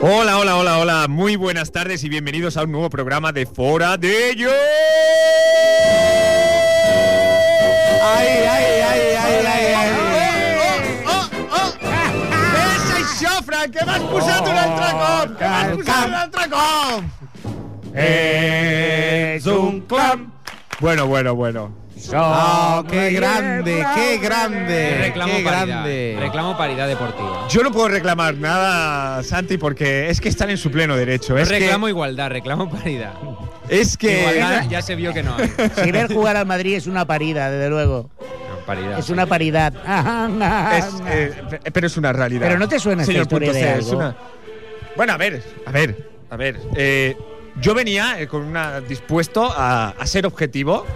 Hola, hola, hola, hola. Muy buenas tardes y bienvenidos a un nuevo programa de Fora de Yo. ¡Ay, ay, ay, ay, ay! ay. ¡Oh, oh, oh! Ese això, Frank, que m'has posat un Oh, altre cop! Que m'has posat un altre cop! Es un clam. Bueno, bueno, bueno. ¡Oh, qué grande, qué grande! Reclamo ¡Qué paridad. grande! Reclamo paridad deportiva. Yo no puedo reclamar nada, Santi, porque es que están en su pleno derecho. Es reclamo igualdad, reclamo paridad. que, es Igualdad que ya se vio que no hay. Si ver jugar al Madrid es una parida, desde luego. No, paridad. Es una paridad. es, eh, pe- pero es una realidad. Pero no te suena esta Señor historia punto de C, es algo. una- Bueno, a ver, a ver, a ver. eh, yo venía eh, con una dispuesto a, a ser objetivo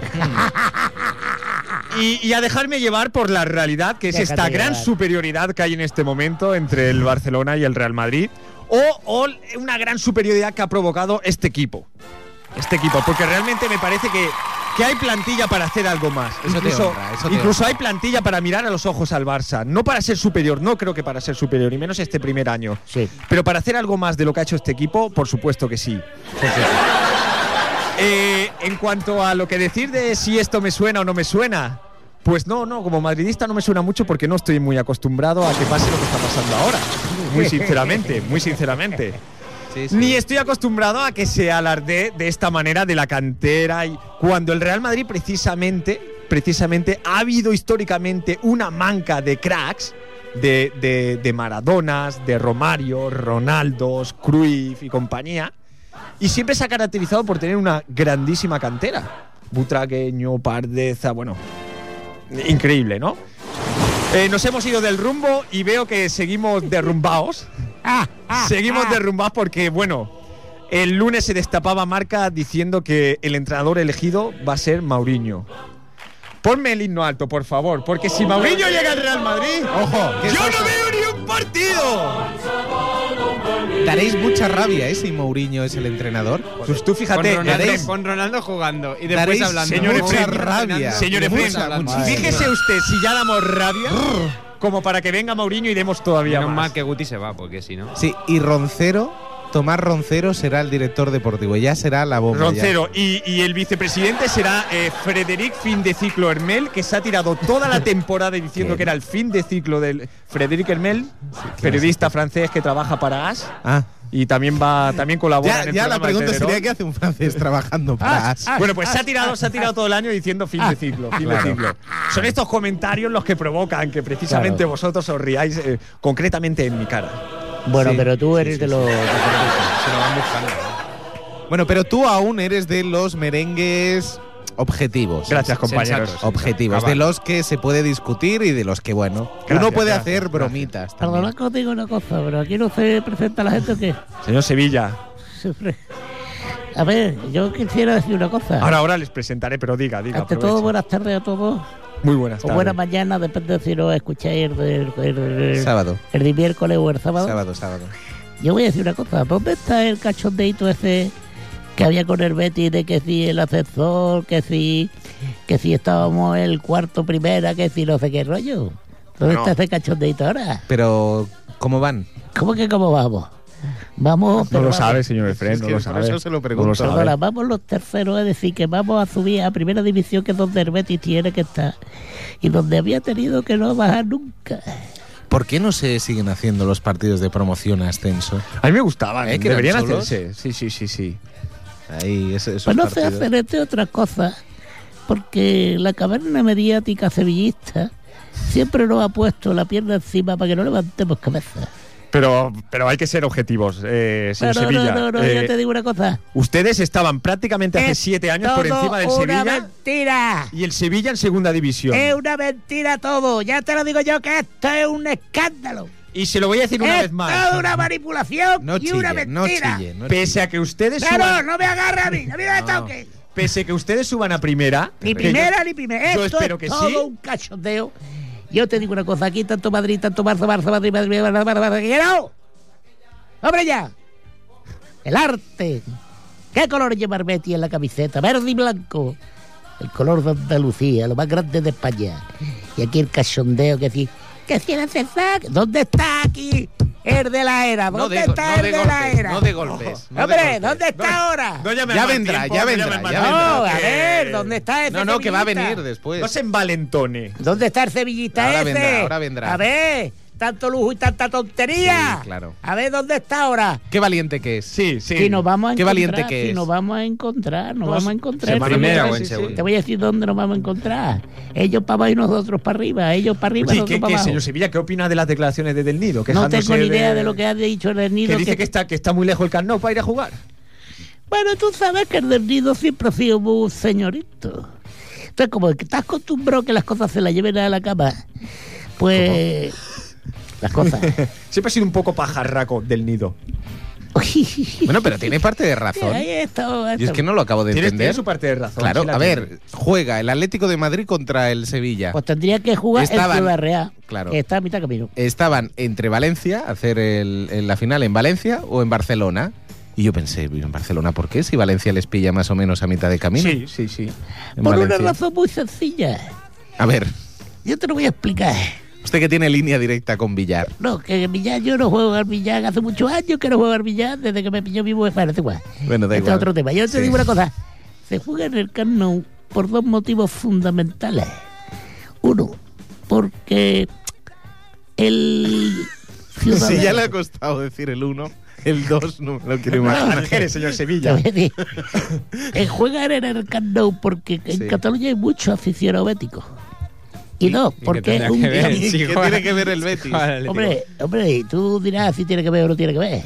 y, y a dejarme llevar por la realidad, que es Déjate esta gran llevar. superioridad que hay en este momento entre el Barcelona y el Real Madrid, o, o una gran superioridad que ha provocado este equipo. Este equipo, porque realmente me parece que, que hay plantilla para hacer algo más. Eso te incluso honra, eso te incluso honra. hay plantilla para mirar a los ojos al Barça. No para ser superior, no creo que para ser superior, y menos este primer año. Sí. Pero para hacer algo más de lo que ha hecho este equipo, por supuesto que sí. Eh, en cuanto a lo que decir de si esto me suena o no me suena, pues no, no, como madridista no me suena mucho porque no estoy muy acostumbrado a que pase lo que está pasando ahora. Muy sinceramente, muy sinceramente. Sí, sí. Ni estoy acostumbrado a que se alardee de esta manera de la cantera y cuando el Real Madrid precisamente, precisamente ha habido históricamente una manca de cracks de, de, de Maradonas, de Romario, Ronaldos, Cruyff y compañía y siempre se ha caracterizado por tener una grandísima cantera. Butragueño, Pardeza, bueno, increíble, ¿no? Eh, nos hemos ido del rumbo y veo que seguimos derrumbados. Seguimos derrumbados porque, bueno, el lunes se destapaba marca diciendo que el entrenador elegido va a ser Mauriño. Ponme el himno alto, por favor, porque si Mauriño llega al Real Madrid, Ojo, que yo eso- no veo ni un partido. daréis mucha rabia, ¿eh? Si Mourinho es el entrenador. Pues tú Con fíjate, Ronaldo, Efrem, con Ronaldo jugando y después Daréis hablando. señores, mucha Fred, rabia. señores, mucha, Fred, mucha. Madre fíjese usted si ya damos rabia como para que venga Mauriño y demos todavía Menos más. mal que Guti se va, porque si no. Sí, y Roncero, Tomás Roncero será el director deportivo. Ya será la bomba. ya. Roncero y, y el vicepresidente será eh, Frederic Fin de Ciclo Hermel, que se ha tirado toda la temporada diciendo que era el fin de ciclo del Frederic Hermel, periodista francés que trabaja para AS Ah. y también va también colabora Ah, en Ya, el ya la programa de pregunta Tereró. sería: ¿qué hace un francés trabajando para As? Bueno, pues se ha tirado, se ha tirado todo el año diciendo fin de ciclo, fin de Ah, Claro. ciclo. Son estos comentarios los que provocan que precisamente Claro. vosotros os riáis eh, concretamente en mi cara. Bueno, Sí, pero tú eres de los. Se lo van buscando. ¿eh? Bueno, pero tú aún eres de los merengues objetivos. Gracias, compañeros. Sensatos. Objetivos, Cabal. de los que se puede discutir y de los que, bueno, uno Gracias, puede gracias, hacer gracias. bromitas. también. Perdona que os diga una cosa, pero aquí no se presenta la gente que. Señor Sevilla, sufre. A ver, yo quisiera decir una Ah. cosa. ahora ahora les presentaré, pero diga, diga. Ante aproveche. todo, buenas tardes a todos. Muy buenas O tardes. buena mañana, depende si lo escucháis el, el, el- el- Sábado, el de miércoles o el sábado. sábado, sábado. Yo voy a decir una cosa. ¿Dónde está el cachondeito ese que había con el Betis de que si el ascensor, que si, que si estábamos el cuarto primera, que si no sé qué rollo? ¿Dónde No. está ese cachondeito ahora? Pero, ¿cómo van? ¿Cómo que cómo vamos? Vamos, No pero lo vamos- sabe, señor Es Efren, no que lo por sabe. eso se lo No pregunto. sabe. Perdona, vamos los terceros, es decir, que vamos a subir a primera división, que es donde el Betis tiene que estar. Y donde había tenido que no bajar nunca. ¿Por qué no se siguen haciendo los partidos de promoción a ascenso? A mí me gustaban, ¿Eh? Que eran deberían solos. hacerse. Sí, sí, sí, sí. Ahí, ese- esos Pues no se partidos. hacen este otras cosas, porque la caverna mediática sevillista siempre nos ha puesto la pierna encima para que no levantemos cabeza. Pero, pero hay que ser objetivos, eh, No, señor no, Sevilla. no, no, no, Eh, yo te digo una cosa. Ustedes estaban prácticamente hace Es siete años por todo encima del una Sevilla mentira! y el Sevilla en segunda división. Es una mentira todo. Ya te lo digo yo que esto es un escándalo. y se lo voy a decir una es vez más. toda una manipulación No y una chille, no mentira. chille. no Pese a chille. que ustedes No, no, suban, no me agarre a mí, a mí no me No. toques. pese que ustedes suban a primera, Ni que yo- primera ni primera. yo Esto espero es que todo sí. un cachondeo. Yo te digo una cosa, aquí tanto Madrid, tanto Barça, Barça, Madrid, Madrid, Barça, Barça, Barça, que no. ¡Hombre ya! El arte. ¿Qué color lleva el Betis en la camiseta? Verde y blanco. El color de Andalucía, lo más grande de España. Y aquí el cachondeo que sí. Que si el ascensor, ¿Dónde está aquí el de la era. No ¿Dónde de, go- está no el de de, la golpes, era? no de golpes. no de Hombre, golpes. ¿dónde está ahora? No, llames Ya más vendrá, ya llames vendrá, más ya tiempo, vendrá. a que- ver, ¿dónde está ese No, no, que va a Sevillita? venir después. No se envalentone. ¿Dónde está el Sevillita Ahora ese? vendrá, ahora vendrá. A ver, tanto lujo y tanta tontería. Sí, claro. A ver, ¿dónde está ahora? Qué valiente que es. Sí, sí. Si nos vamos a Qué encontrar, valiente que si es. nos vamos a encontrar, nos vamos a encontrar. ¿En primera o Sí, sí, en sí. Te segunda? voy a decir dónde nos vamos a encontrar. Ellos para abajo y nosotros para arriba. Ellos para arriba, Oye, ¿y nosotros ¿qué, para qué, abajo. señor Sevilla, ¿qué opina de las declaraciones de Del Nido? no Quejándose tengo ni idea de lo que ha dicho el del Que nido. dice que, que- está, que está muy lejos el Camp Nou para ir a jugar. Bueno, tú sabes que el del nido siempre ha sido muy señorito. Entonces, como que estás acostumbrado que las cosas se las lleven a la cama, pues... Las cosas. Siempre ha sido un poco pajarraco Del Nido. Bueno, pero tiene parte de razón. Pues Ahí está, Y es que no lo acabo de Tienes, entender. tienes su parte de razón. Claro, sí la a tiene. ver, juega el Atlético de Madrid contra el Sevilla. Pues tendría que jugar Estaban- en Ciudad Real, claro. que está a mitad camino. Estaban entre Valencia, hacer el- el- la final en Valencia o en Barcelona. Y yo pensé, ¿en Barcelona por qué? Si Valencia les pilla más o menos a mitad de camino. Sí, sí, sí. en Por una Valencia. razón muy sencilla. A ver, Yo te lo voy a explicar. usted que tiene línea directa con Villar. No, que en Villar yo no juego al Villar. Hace muchos años que no juego al Villar, desde que me pilló mi mujer. Bueno, da igual. Bueno, da Este es igual. otro tema. Yo te Sí. digo una cosa. Se juega en el Camp Nou por dos motivos fundamentales. Uno, porque el Si ya le ciudadano... ha costado decir el 1, el 2 no me lo quiero imaginar. Mujeres, señor Te Sevilla. voy a decir, el jugar en el Camp Nou porque en Sí. Cataluña hay muchos aficionados béticos. Y dos, ¿Y qué porque tendrá un que día- ver? ¿Qué Sí, tiene juega- que ver el Betis? Vale, Hombre, hombre, y tú dirás si tiene que ver o no tiene que ver.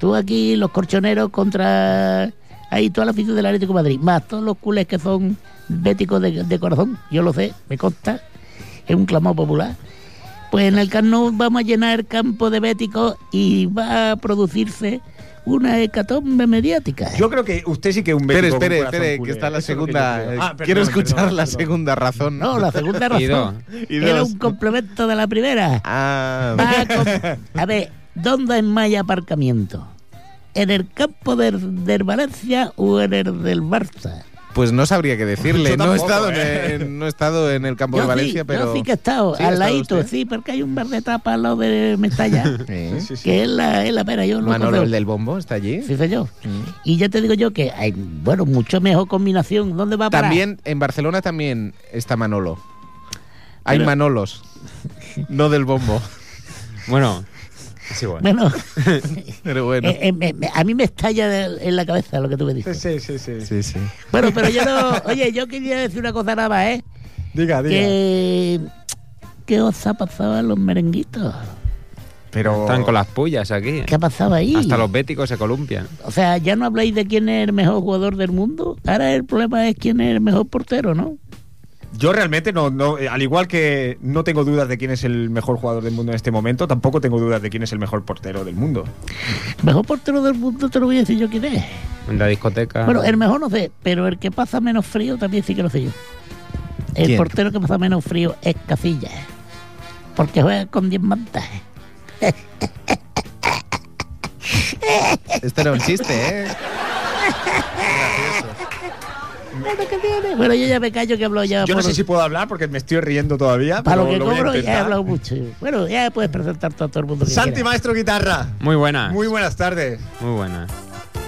Tú aquí, los corchoneros contra. Ahí toda la afición del Atlético de Madrid, más todos los culés que son béticos de, de corazón, yo lo sé, me consta, es un clamor popular. Pues en el Camp Nou vamos a llenar el campo de béticos y va a producirse una hecatombe mediática. Yo creo que usted sí que es un Espere, bético con espere, corazón espere, que culé. está la Eso es lo que segunda. yo creo. eh, Ah, perdón, quiero escuchar perdón, la perdón. segunda razón. No, la segunda razón Y dos. Y era dos. un complemento de la primera. Ah, Va a com- a ver, ¿dónde es más hay aparcamiento? ¿En el campo del, del Valencia o en el del Barça? pues no sabría qué decirle. Yo no, he tampoco, estado en- ¿eh? en, no he estado en el campo de Valencia, sí, pero. yo sí que he estado, ¿Sí, ha al estado ladito, usted? sí, porque hay un bar de tapa al lado de Mestalla, ¿Eh? Sí, sí. que es la, es la pera, yo lo Manolo, conozco. el del bombo, está allí. Sí, soy yo. Y ya te digo yo que hay, bueno, mucho mejor combinación. ¿Dónde va a parar? También, en Barcelona también está Manolo. Hay Pero- Manolos. No del bombo. Bueno, es igual. Bueno, Pero bueno. eh, eh, me- me- a mí me estalla en la cabeza lo que tú me dices. Sí, sí, eh. sí. sí. Sí, sí. Bueno, pero yo no... Oye, yo quería decir una cosa nada más, ¿eh? Diga, diga. que ¿Qué os ha pasado a los merenguitos? Pero. Están con las pullas aquí. ¿eh? ¿Qué ha pasado ahí? Hasta los béticos se columpian. O sea, ya no habláis de quién es el mejor jugador del mundo. Ahora el problema es quién es el mejor portero, ¿no? Yo realmente no, no, eh, al igual que no tengo dudas de quién es el mejor jugador del mundo en este momento, tampoco tengo dudas de quién es el mejor portero del mundo. Mejor portero del mundo te lo voy a decir yo quién es. En la discoteca. Bueno, el mejor no sé, pero el que pasa menos frío también sí que lo sé yo. El ¿Quién? portero que pasa menos frío es Casillas. Porque juega con 10 mantas. Este era un chiste, ¿eh? Bueno, ¿qué tiene? Bueno, yo ya me callo que hablo ya Yo no por- sé si puedo hablar porque me estoy riendo todavía. Para lo Ah, pero que voy a cobro ya he intentar. hablado mucho. Bueno, ya puedes presentarte a todo el mundo que Santi quieras. Maestro Guitarra, Muy buena. muy Muy, buenas tardes. buena.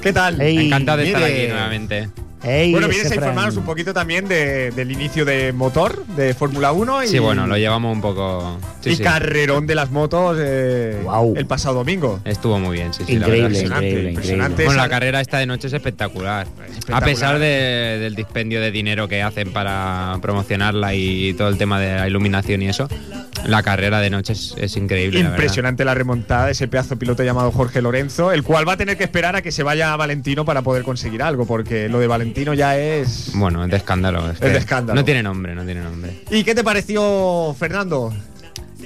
¿Qué tal? Ey, Encantado de estar mire. aquí nuevamente. Ey, Bueno, ese vienes a informarnos Fran. un poquito también de- del inicio de motor, de Fórmula 1 y, Sí, bueno, lo llevamos un poco. Sí, y sí. carrerón de las motos eh, Guau. el pasado domingo. Estuvo muy bien, sí, sí. La Increíble, verdad, que sí. Impresionante, increíble, impresionante. Bueno, la Esa- carrera esta de noche es espectacular. A pesar de- del dispendio de dinero que hacen para promocionarla y todo el tema de la iluminación y eso, la carrera de noche es, es increíble. la verdad. Impresionante la remontada de ese pedazo piloto llamado Jorge Lorenzo, el cual va a tener que esperar a que se vaya a Valentino para poder conseguir algo, porque lo de Valentino ya es. Bueno, es de escándalo. Es que de escándalo. No tiene nombre, no tiene nombre. ¿Y qué te pareció, Fernando?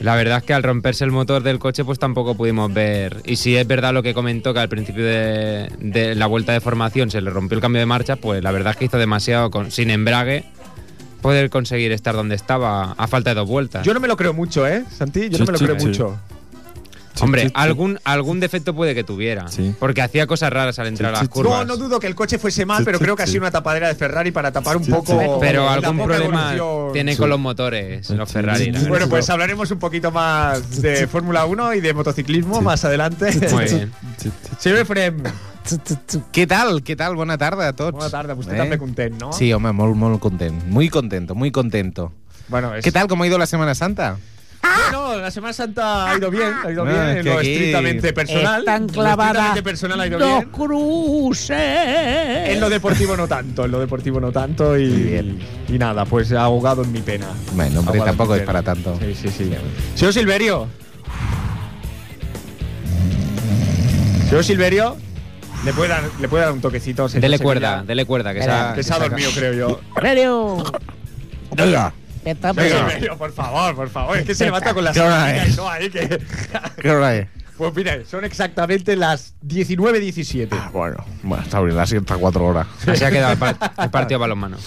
La verdad es que al romperse el motor del coche, pues tampoco pudimos ver. Y si es verdad lo que comentó, que al principio de, de la vuelta de formación se le rompió el cambio de marcha, pues la verdad es que hizo demasiado con- sin embrague poder conseguir estar donde estaba a falta de dos vueltas. Yo no me lo creo mucho, ¿eh, Santi? Yo no me lo Sí, creo sí. mucho. Hombre, Chup, chup, chup. algún, algún defecto puede que tuviera. Sí. Porque hacía cosas raras al entrar a las Chup, chup, chup. curvas. No, no dudo que el coche fuese mal, Sí, pero sí, creo que ha sí. sido una tapadera de Ferrari para tapar un Sí, poco. sí. Pero la algún poca problema evolución. tiene con los motores, los Sí. Ferrari. la verdad. Bueno, pues hablaremos un poquito más de Fórmula 1 y de motociclismo Sí. más adelante. Muy bien. Señor Efrem, Què tal? Què tal? Bona tarda a ¿Eh? tots. bona tarda, ¿Eh? vostè també content, E no? Sí, home, molt, molt content. Muy contento, muy contento. Bueno, es... Ah, ¿Qué tal? ¿Cómo ha ido la Semana Santa? No, la Semana Santa ha ido bien, ha ido No, bien, es en que lo aquí estrictamente personal. Están en lo estrictamente clavadas personal ha ido dos bien. En cruces. lo deportivo no tanto, en lo deportivo no tanto y, y nada, pues ahogado en mi pena. Bueno, hombre, Ahogado en tampoco mi es pena. para tanto. Sí, sí, sí. Señor Silverio. Señor Silverio, le puede dar, le puede dar un toquecito. señor Dele Sevilla? cuerda, dele cuerda, que, Espera, sea, Que se ha dormido, creo yo. Aurelio, Vinga, me está pues, Señor pegando. Silverio, por favor, por favor. Es que se levanta con las. ¿Qué hora es? No, ahí que- què hora és? Pues mira, son exactamente las 19.17. Ah, bueno, bueno, está bien, la sienta cuatro horas. se ha quedado el, par- el partido para los manos.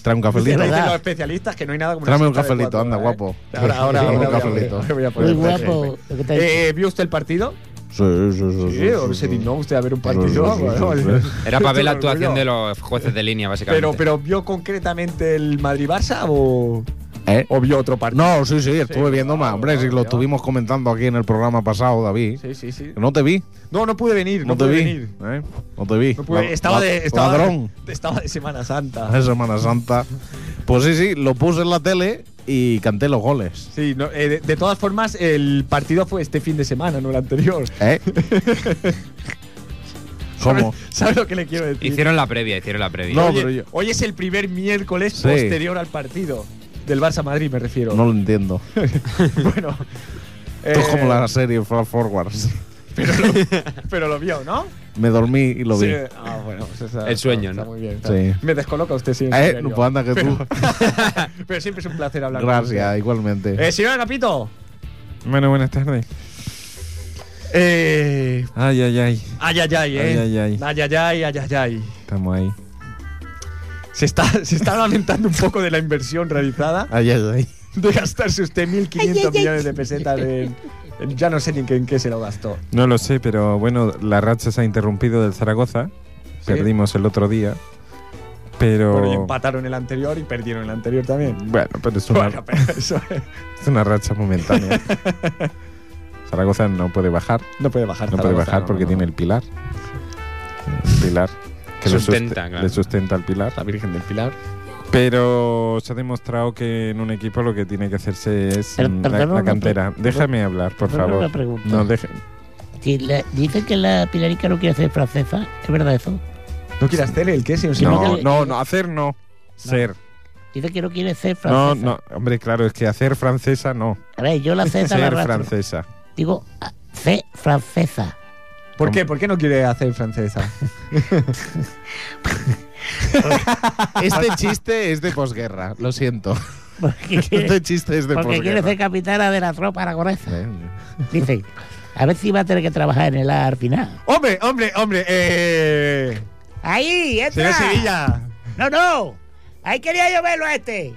Trae un Te cafelito. lo dicen verdad. los especialistas que no hay nada como una Tráeme un cita de cafelito, cuatro anda, horas, ¿eh? guapo. Ahora, ahora, Tráeme un ahora voy a- cafelito. ahora voy a poner Muy el café. guapo. lo que te he dicho. Eh, ¿Vio usted el partido? Sí, sí, sí. Sí, o se dignó usted a ver un partido. Sí, sí, sí, bueno, sí. bueno. Era para ver la Estoy actuación de orgulloso. los jueces de línea, básicamente. Pero, pero ¿vio concretamente el Madrid-Barça o, ¿Eh? o vio otro partido? No, sí, sí, estuve viendo más. Hombre, si lo ya. estuvimos comentando aquí en el programa pasado, David. Sí, sí, sí. No te vi, No, no pude venir, no no, te pude vi. venir. ¿eh? No te vi. No pude- La- estaba, de, la- estaba, Ladrón. estaba de Semana Santa. La Semana Santa. Pues sí, sí, lo puse en la tele y canté los goles. Sí, no, eh, de, de todas formas, el partido fue este fin de semana, no el anterior. ¿Eh? ¿Cómo? ¿Sabes lo que le quiero decir? Hicieron la previa, hicieron la previa. No, Oye, pero yo- Hoy es el primer miércoles Sí. posterior al partido. Del Barça Madrid, me refiero. No lo entiendo. Bueno. Esto es eh, como la serie Flash Forwards. Pero lo, pero lo vio, ¿no? Me dormí y lo vi. Sí. Ah, bueno, pues está- El sueño, está ¿no? muy bien. está Sí. bien. Me descoloca usted, sí. en Eh, serio. pues anda que tú. Pero siempre es un placer hablar con usted. Gracias, igualmente. Eh, señora Capito. Bueno, buenas tardes. Eh, Ay, ay, ay. ay, ay, ay, eh. Ay, ay, ay. ay, ay, ay, ay, ay. Estamos ahí. Se está, se está lamentando un poco de la inversión realizada. Ay, ay, ay. De gastarse usted 1.500 Ay, ay, ay. millones de pesetas en- en- Ya no sé ni en qué, en qué se lo gastó. No lo sé, pero bueno, la racha se ha interrumpido del Zaragoza. Sí. Perdimos el otro día. Pero. Bueno, y empataron el anterior y perdieron el anterior también. Bueno, pero es una, Bueno, pero eso eh, es una racha momentánea. Zaragoza no puede bajar. no puede bajar. No puede Zaragoza, bajar no, porque no, tiene no. el pilar. El pilar. Que le Sustenta, suste- claro. le sustenta el pilar. La Virgen del Pilar. Pero se ha demostrado que en un equipo lo que tiene que hacerse es Pero, mm, la, perdona la una cantera. Déjame hablar, por Perdona favor. una pregunta. No, deje- Si la- dicen que la Pilarica no quiere ser francesa, ¿es verdad eso? ¿No quiere hacer el qué, señor? no no, quiere- no, no, hacer no. Ser. Dicen que no quiere ser No, francesa. no, hombre, claro, es que hacer francesa no. A ver, yo la Z la Ser arrastro. francesa. Digo, a- C francesa. ¿Por qué? ¿Por qué no quiere hacer francesa? Este chiste es de posguerra, lo siento. Porque quiere, Este chiste es de porque quiere posguerra. ser capitana de la tropa aragonesa. Eh, Dicen, a ver si va a tener que trabajar en el A al final. ¡Hombre, hombre, hombre! Eh, ¡Ahí! señor ¡Entra! Sevilla. ¡No, no! Ahí quería yo verlo a este.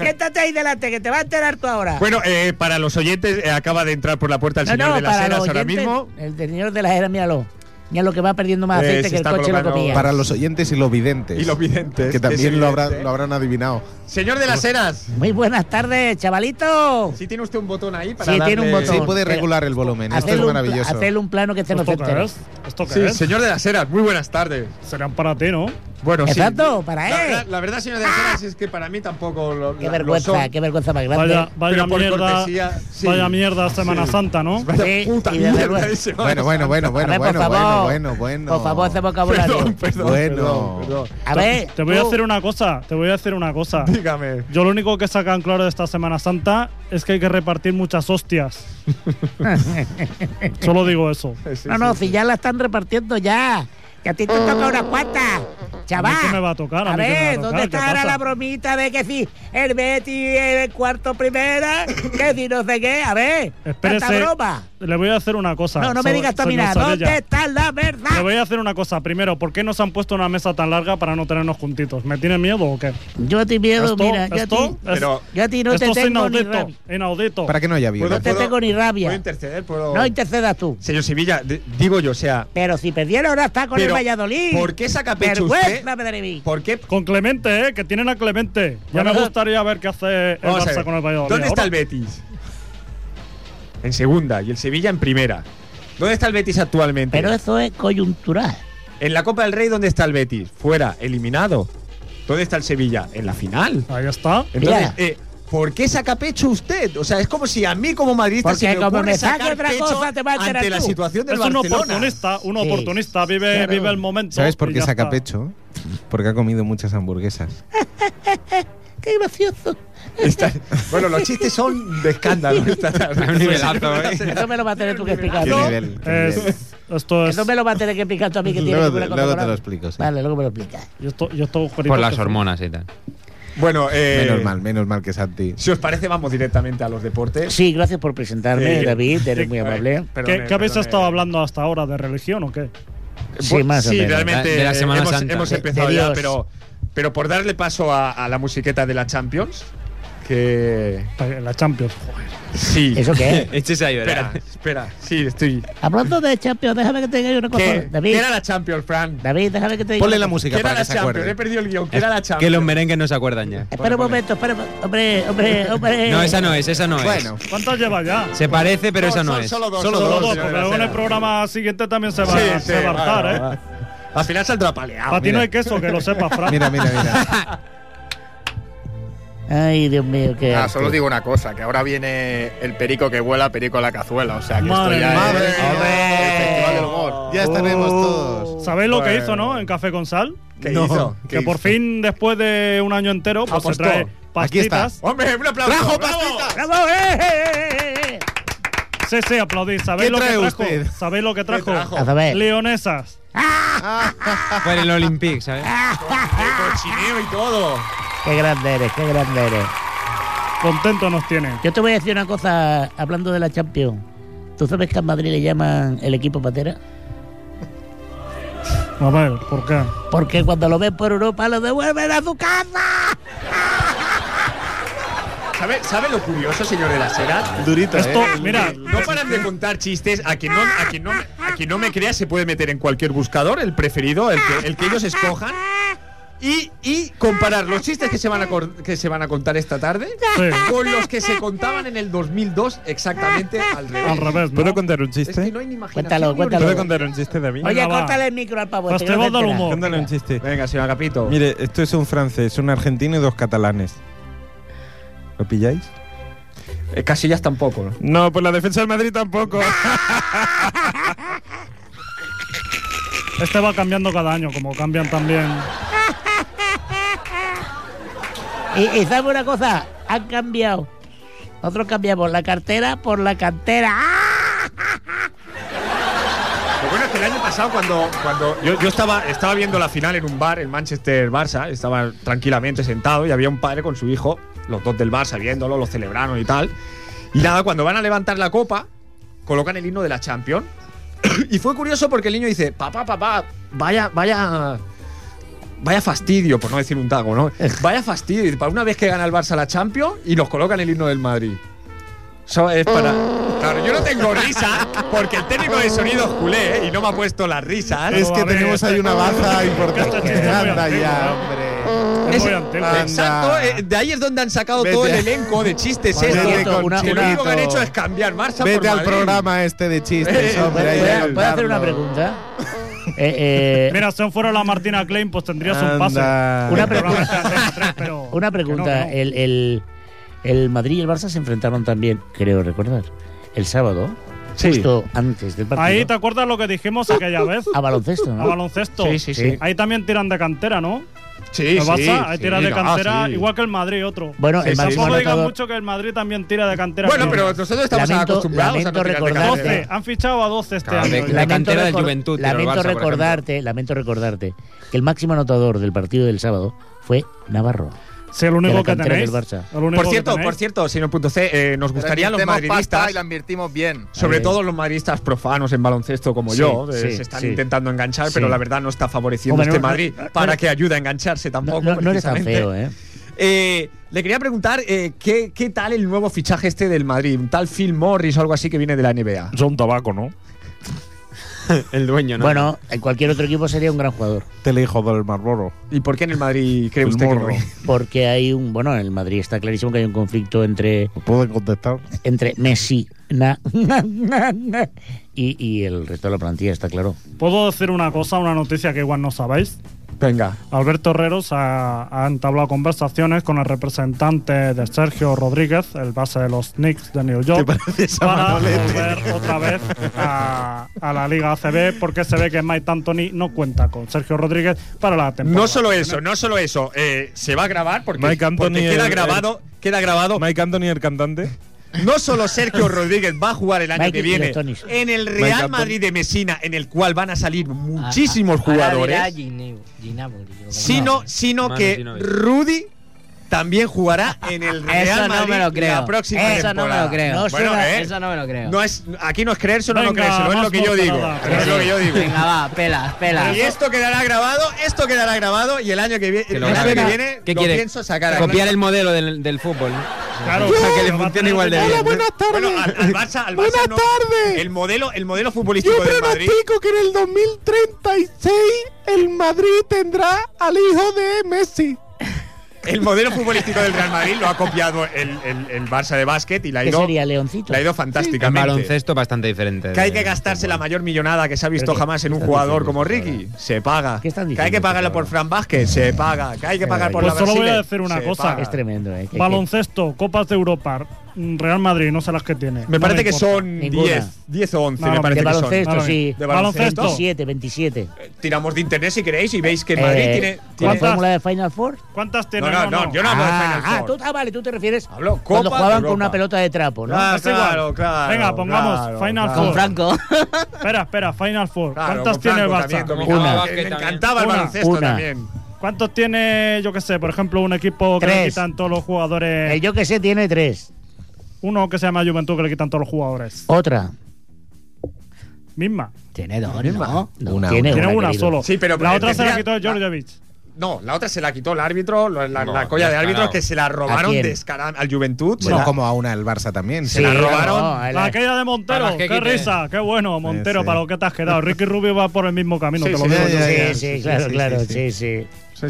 Siéntate ahí delante, que te va a enterar tú ahora. Bueno, eh, para los oyentes, eh, acaba de entrar por la puerta el señor de las Heras los ahora oyentes, mismo. El del señor de las eras, míralo. Mira lo que va perdiendo más Eh, aceite se que el está coche lo colocando- comía. Para los oyentes y los videntes. Y los videntes. Que es también lo, habrá- evidente. lo habrán adivinado. Señor de las Heras. Muy buenas tardes, chavalito. Sí tiene usted un botón ahí para Sí, tiene un darle- botón. Sí, puede Pero- regular el volumen. Esto Hacerle es un pla- maravilloso. hacerle un plano que este no se entere. ¿Esto qué Sí, es? señor de las Heras, muy buenas tardes. Serán para ti, ¿no? Bueno, sí. Exacto, para La él. verdad, la verdad, señor de las Heras, es que para mí tampoco lo, Qué la- lo vergüenza, son. qué vergüenza más grande. Vaya, vaya Pero por mierda. cortesía, sí. Ah, Vaya mierda Semana Santa, ¿no? Vaya Sí, puta y desde mierda luego. de Semana Bueno, bueno, bueno, a bueno, ver, bueno, por bueno, favor. bueno, bueno. Por favor, ese Santa. vocabulario. Perdón, perdón, Bueno. perdón, perdón. A ver. Te voy a tú- hacer una cosa, te voy a hacer una cosa. Dígame. Yo lo único que sacan claro de esta Semana Santa es que hay que repartir muchas hostias. Solo digo eso. Sí, No, sí, no, sí. si ya la están repartiendo ya. Que a ti te toca unas cuantas. Chaval. A mí qué me va a tocar, a A mí qué me va a ver, tocar, ¿dónde ¿qué está ahora pasa? la bromita de que si el Betty es el cuarto primera? que si no sé qué? A ver. tanta Espérese. broma. le voy a hacer una cosa. No, no me señor- digas tú, señor mira, Sadella. ¿dónde está la Le verdad? voy a hacer una cosa. Primero, ¿por qué nos han puesto una mesa tan larga para no tenernos juntitos? ¿Me tiene miedo o qué? Yo te miedo, Esto, mira, yo a esto, ti- es- Pero- yo a ti no esto te es tengo ni inaudito. rabia. Inaudito. Para que no haya ¿Puedo- vida. No te puedo- tengo ni ¿Puedo rabia. interceder? ¿Puedo- No intercedas tú. Señor Sevilla, de- digo yo, o sea. Pero si perdiera ahora está con el pero, Valladolid. ¿Por qué saca pecho usted? Vergüenza, madre mía. ¿Por qué? Con Clemente, ¿eh? Que tienen a Clemente. Ya Bueno, me gustaría ver qué hace el Vamos a Barça ver, con el Valladolid. ¿Dónde está ahora. el Betis? En segunda y el Sevilla en primera. ¿Dónde está el Betis actualmente? Pero eso es coyuntural. En la Copa del Rey, ¿dónde está el Betis? Fuera, eliminado. ¿Dónde está el Sevilla? En la final. Ahí está. Entonces, Mira. eh, ¿por qué saca pecho usted? O sea, es como si a mí como madridista Porque se me como ocurre me saque sacar otra pecho cosa, te va a enterar ante la tú. situación del Es un Barcelona. oportunista, un Sí. oportunista. Vive, Claro. vive el momento. ¿Sabes por y qué ya saca está. pecho? Porque ha comido muchas hamburguesas. Qué gracioso. Está- bueno, los chistes son de escándalo esta tarde. Un nivelazo, ¿eh? Eso me lo va a tener tú que explicar. ¿Qué No. nivel? qué nivel. Es- esto es. Eso me lo va a tener que explicar tú a mí que tienes Luego, ninguna te- cosa luego te con lo la- explico. sí. Vale, luego me lo explicas. Yo estoy, yo estoy Por las hormonas y tal. Bueno, eh, Menos mal, menos mal que Santi. Si os parece, vamos directamente a los deportes. Sí, gracias por presentarme, Sí. David. Eres muy Eh, amable. perdone, ¿Qué, qué habéis perdone. estado hablando hasta ahora? ¿De religión o qué? Sí, más o Sí, menos. realmente De la eh, Semana hemos, Santa. hemos De- de empezado ya, Dios. pero, pero por darle paso a, a la musiqueta de la Champions, que En la Champions. Joder. sí. ¿Eso qué es? Este Échese a Espera, espera, sí, estoy. Hablando de Champions, déjame que te diga yo una cosa. ¿Qué, David, qué era la Champions, Fran? David, déjame que te diga. Ponle una la cosa. ¿Qué música era para la que se Champions? He acuerde. perdido el guión. ¿Qué era la Champions? Que los merengues no se acuerdan ya. Espera un Ponle, momento, espera. Hombre, hombre, hombre. No, esa no es, esa no es. Bueno, ¿Cuántas lleva ya? Se parece, pero No, esa no son- es. Solo dos. Solo Solo dos, señora porque luego en el Graciela. programa siguiente también se va, Sí, sí, se va a va, hartar, va, ¿eh? va. Al final saldrá paleado. Para ti mira. no hay queso, que lo sepas, Fran. mira, mira, mira. Ay, Dios mío, qué. Ah, arte. solo digo una cosa, que ahora viene el perico que vuela, perico a la cazuela, o sea que Madre esto ya madre. es el festival del humor. Ya estaremos Oh. todos. ¿Sabéis lo que Bueno. hizo, no? En Café con Sal. ¿Qué No. hizo? ¿Qué Que por hizo? fin, después de un año entero, pues se Apostó. trae Aquí está. pastitas. Hombre, un aplauso. ¡Trajo ¡Bravo! pastitas! ¡Bravo! ¡Eh, eh, eh, eh, eh! Sí, sí, aplaudís. ¿Sabéis ¿Qué lo que trae trajo? usted? ¿Sabéis lo que trajo? Eh. trajo? A saber. Leonesas. Fue en el Olympic, ¿sabes? El cochineo y todo. Qué grande eres, qué grande eres. Contento nos tiene. Yo te voy a decir una cosa hablando de la Champions. ¿Tú sabes que a Madrid le llaman el equipo patera? A ver, ¿por qué? Porque cuando lo ven por Europa lo devuelven a su casa. ¿Sabe, sabe lo curioso, señor de la Sera? Durito, Esto, ¿eh? mira, No paran de contar chistes. A quien no, a quien no, a quien no me crea se puede meter en cualquier buscador, el preferido, el que, el que ellos escojan. Y, y comparar los chistes que se, van a cor- que se van a contar esta tarde Sí. con los que se contaban en el 2002 exactamente al revés. al revés, ¿no? ¿Puedo contar un Es que chiste? no hay ni imaginación. Cuéntalo, ni cuéntalo. ¿Puedo original. contar un chiste, David? Oye, va. córtale el micro al pavo. este, que Festival no te del enteras. humor. Cuéntale un chiste. Venga, señor Agapito. Mire, esto es un francés, un argentino y dos catalanes. ¿Lo pilláis? Eh, Casillas tampoco. ¿no? No, pues la defensa del Madrid tampoco. Este va cambiando cada año, como cambian también. Y, y ¿sabes una cosa, han cambiado. Nosotros cambiamos la cartera por la cantera. ¡Ah! Lo bueno es que el año pasado cuando, cuando yo, yo estaba, estaba viendo la final en un bar, el Manchester-Barça, estaba tranquilamente sentado y había un padre con su hijo, los dos del Barça viéndolo, lo celebraron y tal. Y nada, cuando van a levantar la copa, colocan el himno de la Champions. y fue curioso porque el niño dice, papá, papá, vaya, vaya... Vaya fastidio, por no decir un taco, ¿no? Vaya fastidio. Dice, Para una vez que gana el Barça la Champions y nos colocan el himno del Madrid. Eso es para. Claro, yo no tengo risa porque el técnico de sonido es culé ¿eh? y no me ha puesto las risas. Es que a ver, tenemos este- ahí una baza Este importante. chiste es muy Anda antiguo, ya, ¿no? hombre. Es muy Ese- antiguo. anda. Exacto, eh, de ahí es donde han sacado Vete. todo el elenco de chistes. Vete, estos, Cierto, una- que lo único que han Conchilito. hecho es cambiar marcha por Vete al Madrid. programa este de chistes, Eh, hombre. ahí ¿Puedo- a ¿Puedo hacer una contarlo. pregunta? Eh, eh, Mira, si fuera la Martina Klein, pues tendrías un pase. Anda. Una El programa este pregunta. de Antena tres, pero- una que pregunta. eh, no, que no. El, el- el Madrid y el Barça se enfrentaron también, creo recordar, el sábado, Sí. justo antes del partido. Ahí te acuerdas lo que dijimos aquella vez. A baloncesto, A ¿no? baloncesto. sí, sí. Ahí también tiran de cantera, ¿no? Sí, el sí, Barça ahí sí, tira de no, cantera, sí. igual que el Madrid otro. Bueno, el Sí, sí, máximo Tampoco digan anotador- mucho que el Madrid también tira de cantera. Bueno, bien. pero nosotros estamos Lamento- acostumbrados lamento a no tirar de recordarte- carrera. 12, han fichado a 12 este Claro, año. de- la cantera del recor- Juventud tiró el lamento Barça, por recordarte, lamento recordarte que el máximo anotador del partido del sábado fue Navarro. Sí, el De único la que cantera tenéis. del Barça. el único Por que cierto, tenéis. por cierto, señor punto C, eh, nos gustaría los Invertimos pasta madridistas, Y la invertimos bien. sobre Ahí. todo los madridistas profanos en baloncesto como Sí, yo, eh, sí, se están sí. intentando enganchar, Sí. pero la verdad no está favoreciendo Hombre, este no- Madrid no- no- para no- que ayude a engancharse tampoco. No, no, no eres tan precisamente. feo, ¿eh? Eh, le quería preguntar eh, ¿qué, qué tal el nuevo fichaje este del Madrid, un tal Phil Morris o algo así que viene de la NBA. Son tabaco, ¿no? El dueño, ¿no? Bueno, en cualquier otro equipo sería un gran jugador. Telehijo del Marlboro. ¿Y por qué en el Madrid cree El usted que no? morro. Porque hay un. Bueno, en el Madrid está clarísimo que hay un conflicto entre, ¿Pueden contestar? entre Messi na, na, na, na, y, y el resto de la plantilla, está claro. ¿Puedo decir una cosa, una noticia que igual no sabéis? Venga. Alberto Herreros ha, ha entablado conversaciones con el representante de Sergio Rodríguez, el base de los Knicks de New York, para volver otra vez a, a la Liga ACB, porque se ve que Mike Anthony no cuenta con Sergio Rodríguez para la temporada. No solo eso, no solo eso. eh, se va a grabar porque, Mike Anthony, eh, porque queda, el- el- grabado, queda grabado. Mike Anthony, el cantante. No solo Sergio Rodríguez va a jugar el año Mike que y viene los Tonys. en el Mike Real Anthony. Madrid de Mesina, en el cual van a salir muchísimos jugadores, sino, sino Manu que Sinovic. Rudy también jugará en el Eso Real no Madrid me lo la creo. próxima Eso no me temporada. lo creo. No Bueno, eh, Eso no me lo creo. no es, aquí no es creerse o no, no Venga, creérselo, es lo más que yo digo. mortalada. pero es lo que yo digo. Venga, va, pela, pela. Y esto quedará grabado, esto quedará grabado y el año que, viene, Que el lo año grabe. que viene ¿Qué lo quiere? pienso sacar. a- Copiar el modelo del, del fútbol. ¿no? Claro, Para que le pero va a funcione tener igual de que- bien. Bueno, al, al Barça, al Barça no- El modelo, el modelo futbolístico del Madrid. que en el 2036 el Madrid tendrá al hijo de Messi. El modelo futbolístico del Real Madrid lo ha copiado el, el- el Barça de básquet y la ha ¿Qué ido, sería Leoncito? la ha ido En fantásticamente. baloncesto bastante diferente. Que hay que de- este gastarse la mayor millonada que se ha visto Pero que- jamás en ¿qué un estás jugador diciendo, como por Ricky. Se paga. ¿Qué están que hay que diciendo, pagarla por por Fran Vázquez. Se paga. Que hay que pagar por Pues la solo voy a Brasile, decir una se cosa. paga. Es tremendo, ¿eh? Que- que- Baloncesto, Copas de Europa, Real Madrid, no sé las que tiene. Me No parece que importa. son Ninguna. 10, 10 o 11. No, me no, parece de que son. baloncesto, Vale, sí. De baloncesto. 27, 27. Tiramos de internet si queréis y veis que el Madrid Eh, tiene. ¿La tiene- ¿cuántas? fórmula de Final Four? ¿Cuántas tiene? No, no, no, yo no hablo de ah, Final ah, Four. tú, ah, vale, tú te refieres Hablo cuando Copa de jugaban con Europa. una pelota de trapo, ¿no? Ah, Es igual. claro, claro, Venga, pongamos claro, Final claro. Con Four. Franco. Espera, espera, Final Four. Claro, ¿Cuántas con tiene el Franco Barça? también, con Una. Miguel Ángel, Una. que Me encantaba el Una. baloncesto Una. también. ¿Cuántos tiene, yo qué sé, por ejemplo, un equipo que le Tres. quitan todos los jugadores? El Eh, yo que sé tiene tres. Uno que se llama Juventud que le quitan todos los jugadores. Otra. Misma. Tiene dos, ¿no? No, Una, tiene, Tiene una, una querido. solo. Sí, pero- la eh, otra se tendría- la quitó Djordjevic. No, la otra se la quitó el árbitro, la, la- No, la colla de árbitros descarado. que se la robaron ¿A quién? descaradamente al Juventud. se Bueno, la- como a una el Barça también. Sí, Se la- la robaron. no, el- La caída de Montero. Además, Qué que quite. risa, qué bueno, Montero, sí. para lo que te has quedado. Ricky Rubio va por el mismo camino, Sí, te lo sí, digo. ya, yo. ya, Sí, sí, claro, claro, sí, sí.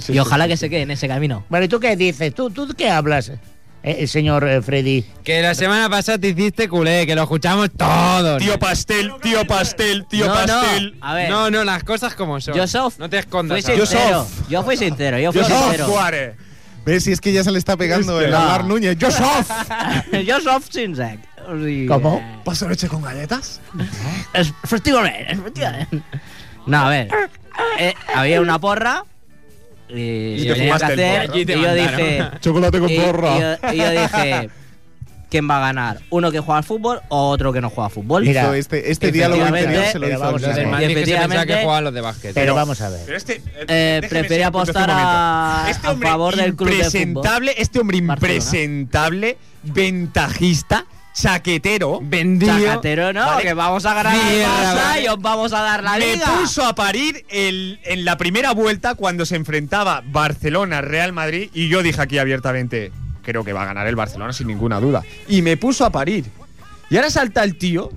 Y ojalá que se quede en ese camino. Bueno, ¿y tú qué dices? ¿Tú, tú qué hablas, eh, eh, señor eh, Freddy? Que la semana pasada te hiciste culé, que lo escuchamos todos. Tío pastel, tío pastel, tío No, no. pastel. A ver. No, no, las cosas como son. Yo sof. No te escondas. Fui ahora. sincero. Yo fui sincero. Yo fui Yo soy sincero. Suárez. ¿Ves? Si es que ya se le está pegando el No. ah. hablar Núñez. ¡Yo soy! Yo sof sin sec. O sigui, ¿Cómo? eh, ¿Paso leche con galletas? es- Efectivamente, efectivamente. No, a ver. eh, había una porra. Y, te yo tenía que fumaste el hacer. porro. Y, Y te yo mandaron. dije. Chocolate con y- porra. y yo- y yo dije. ¿Quién va a ganar? ¿Uno que juega al fútbol o otro que no juega al fútbol? Mira, Hizo este este diálogo efectivamente, interior se lo pero hizo al vamos a mismo. El Madrid que se pensaba que Efectivamente. jugaban los de básquet. Pero vamos a ver. Pero este. eh, Eh, déjeme preferí ser- apostar un momento. Este a, a hombre favor del club de fútbol. impresentable, Este hombre Barcelona. impresentable, ventajista, chaquetero. Vendido. Chacatero, ¿no? Vale. Que vamos a ganar al Mierda, Barça vale. y os vamos a dar la me liga. puso a parir el- en la primera vuelta cuando se enfrentaba Barcelona-Real Madrid y yo dije aquí abiertamente, creo que va a ganar el Barcelona sin ninguna duda. Y me puso a parir. Y ahora salta el tío,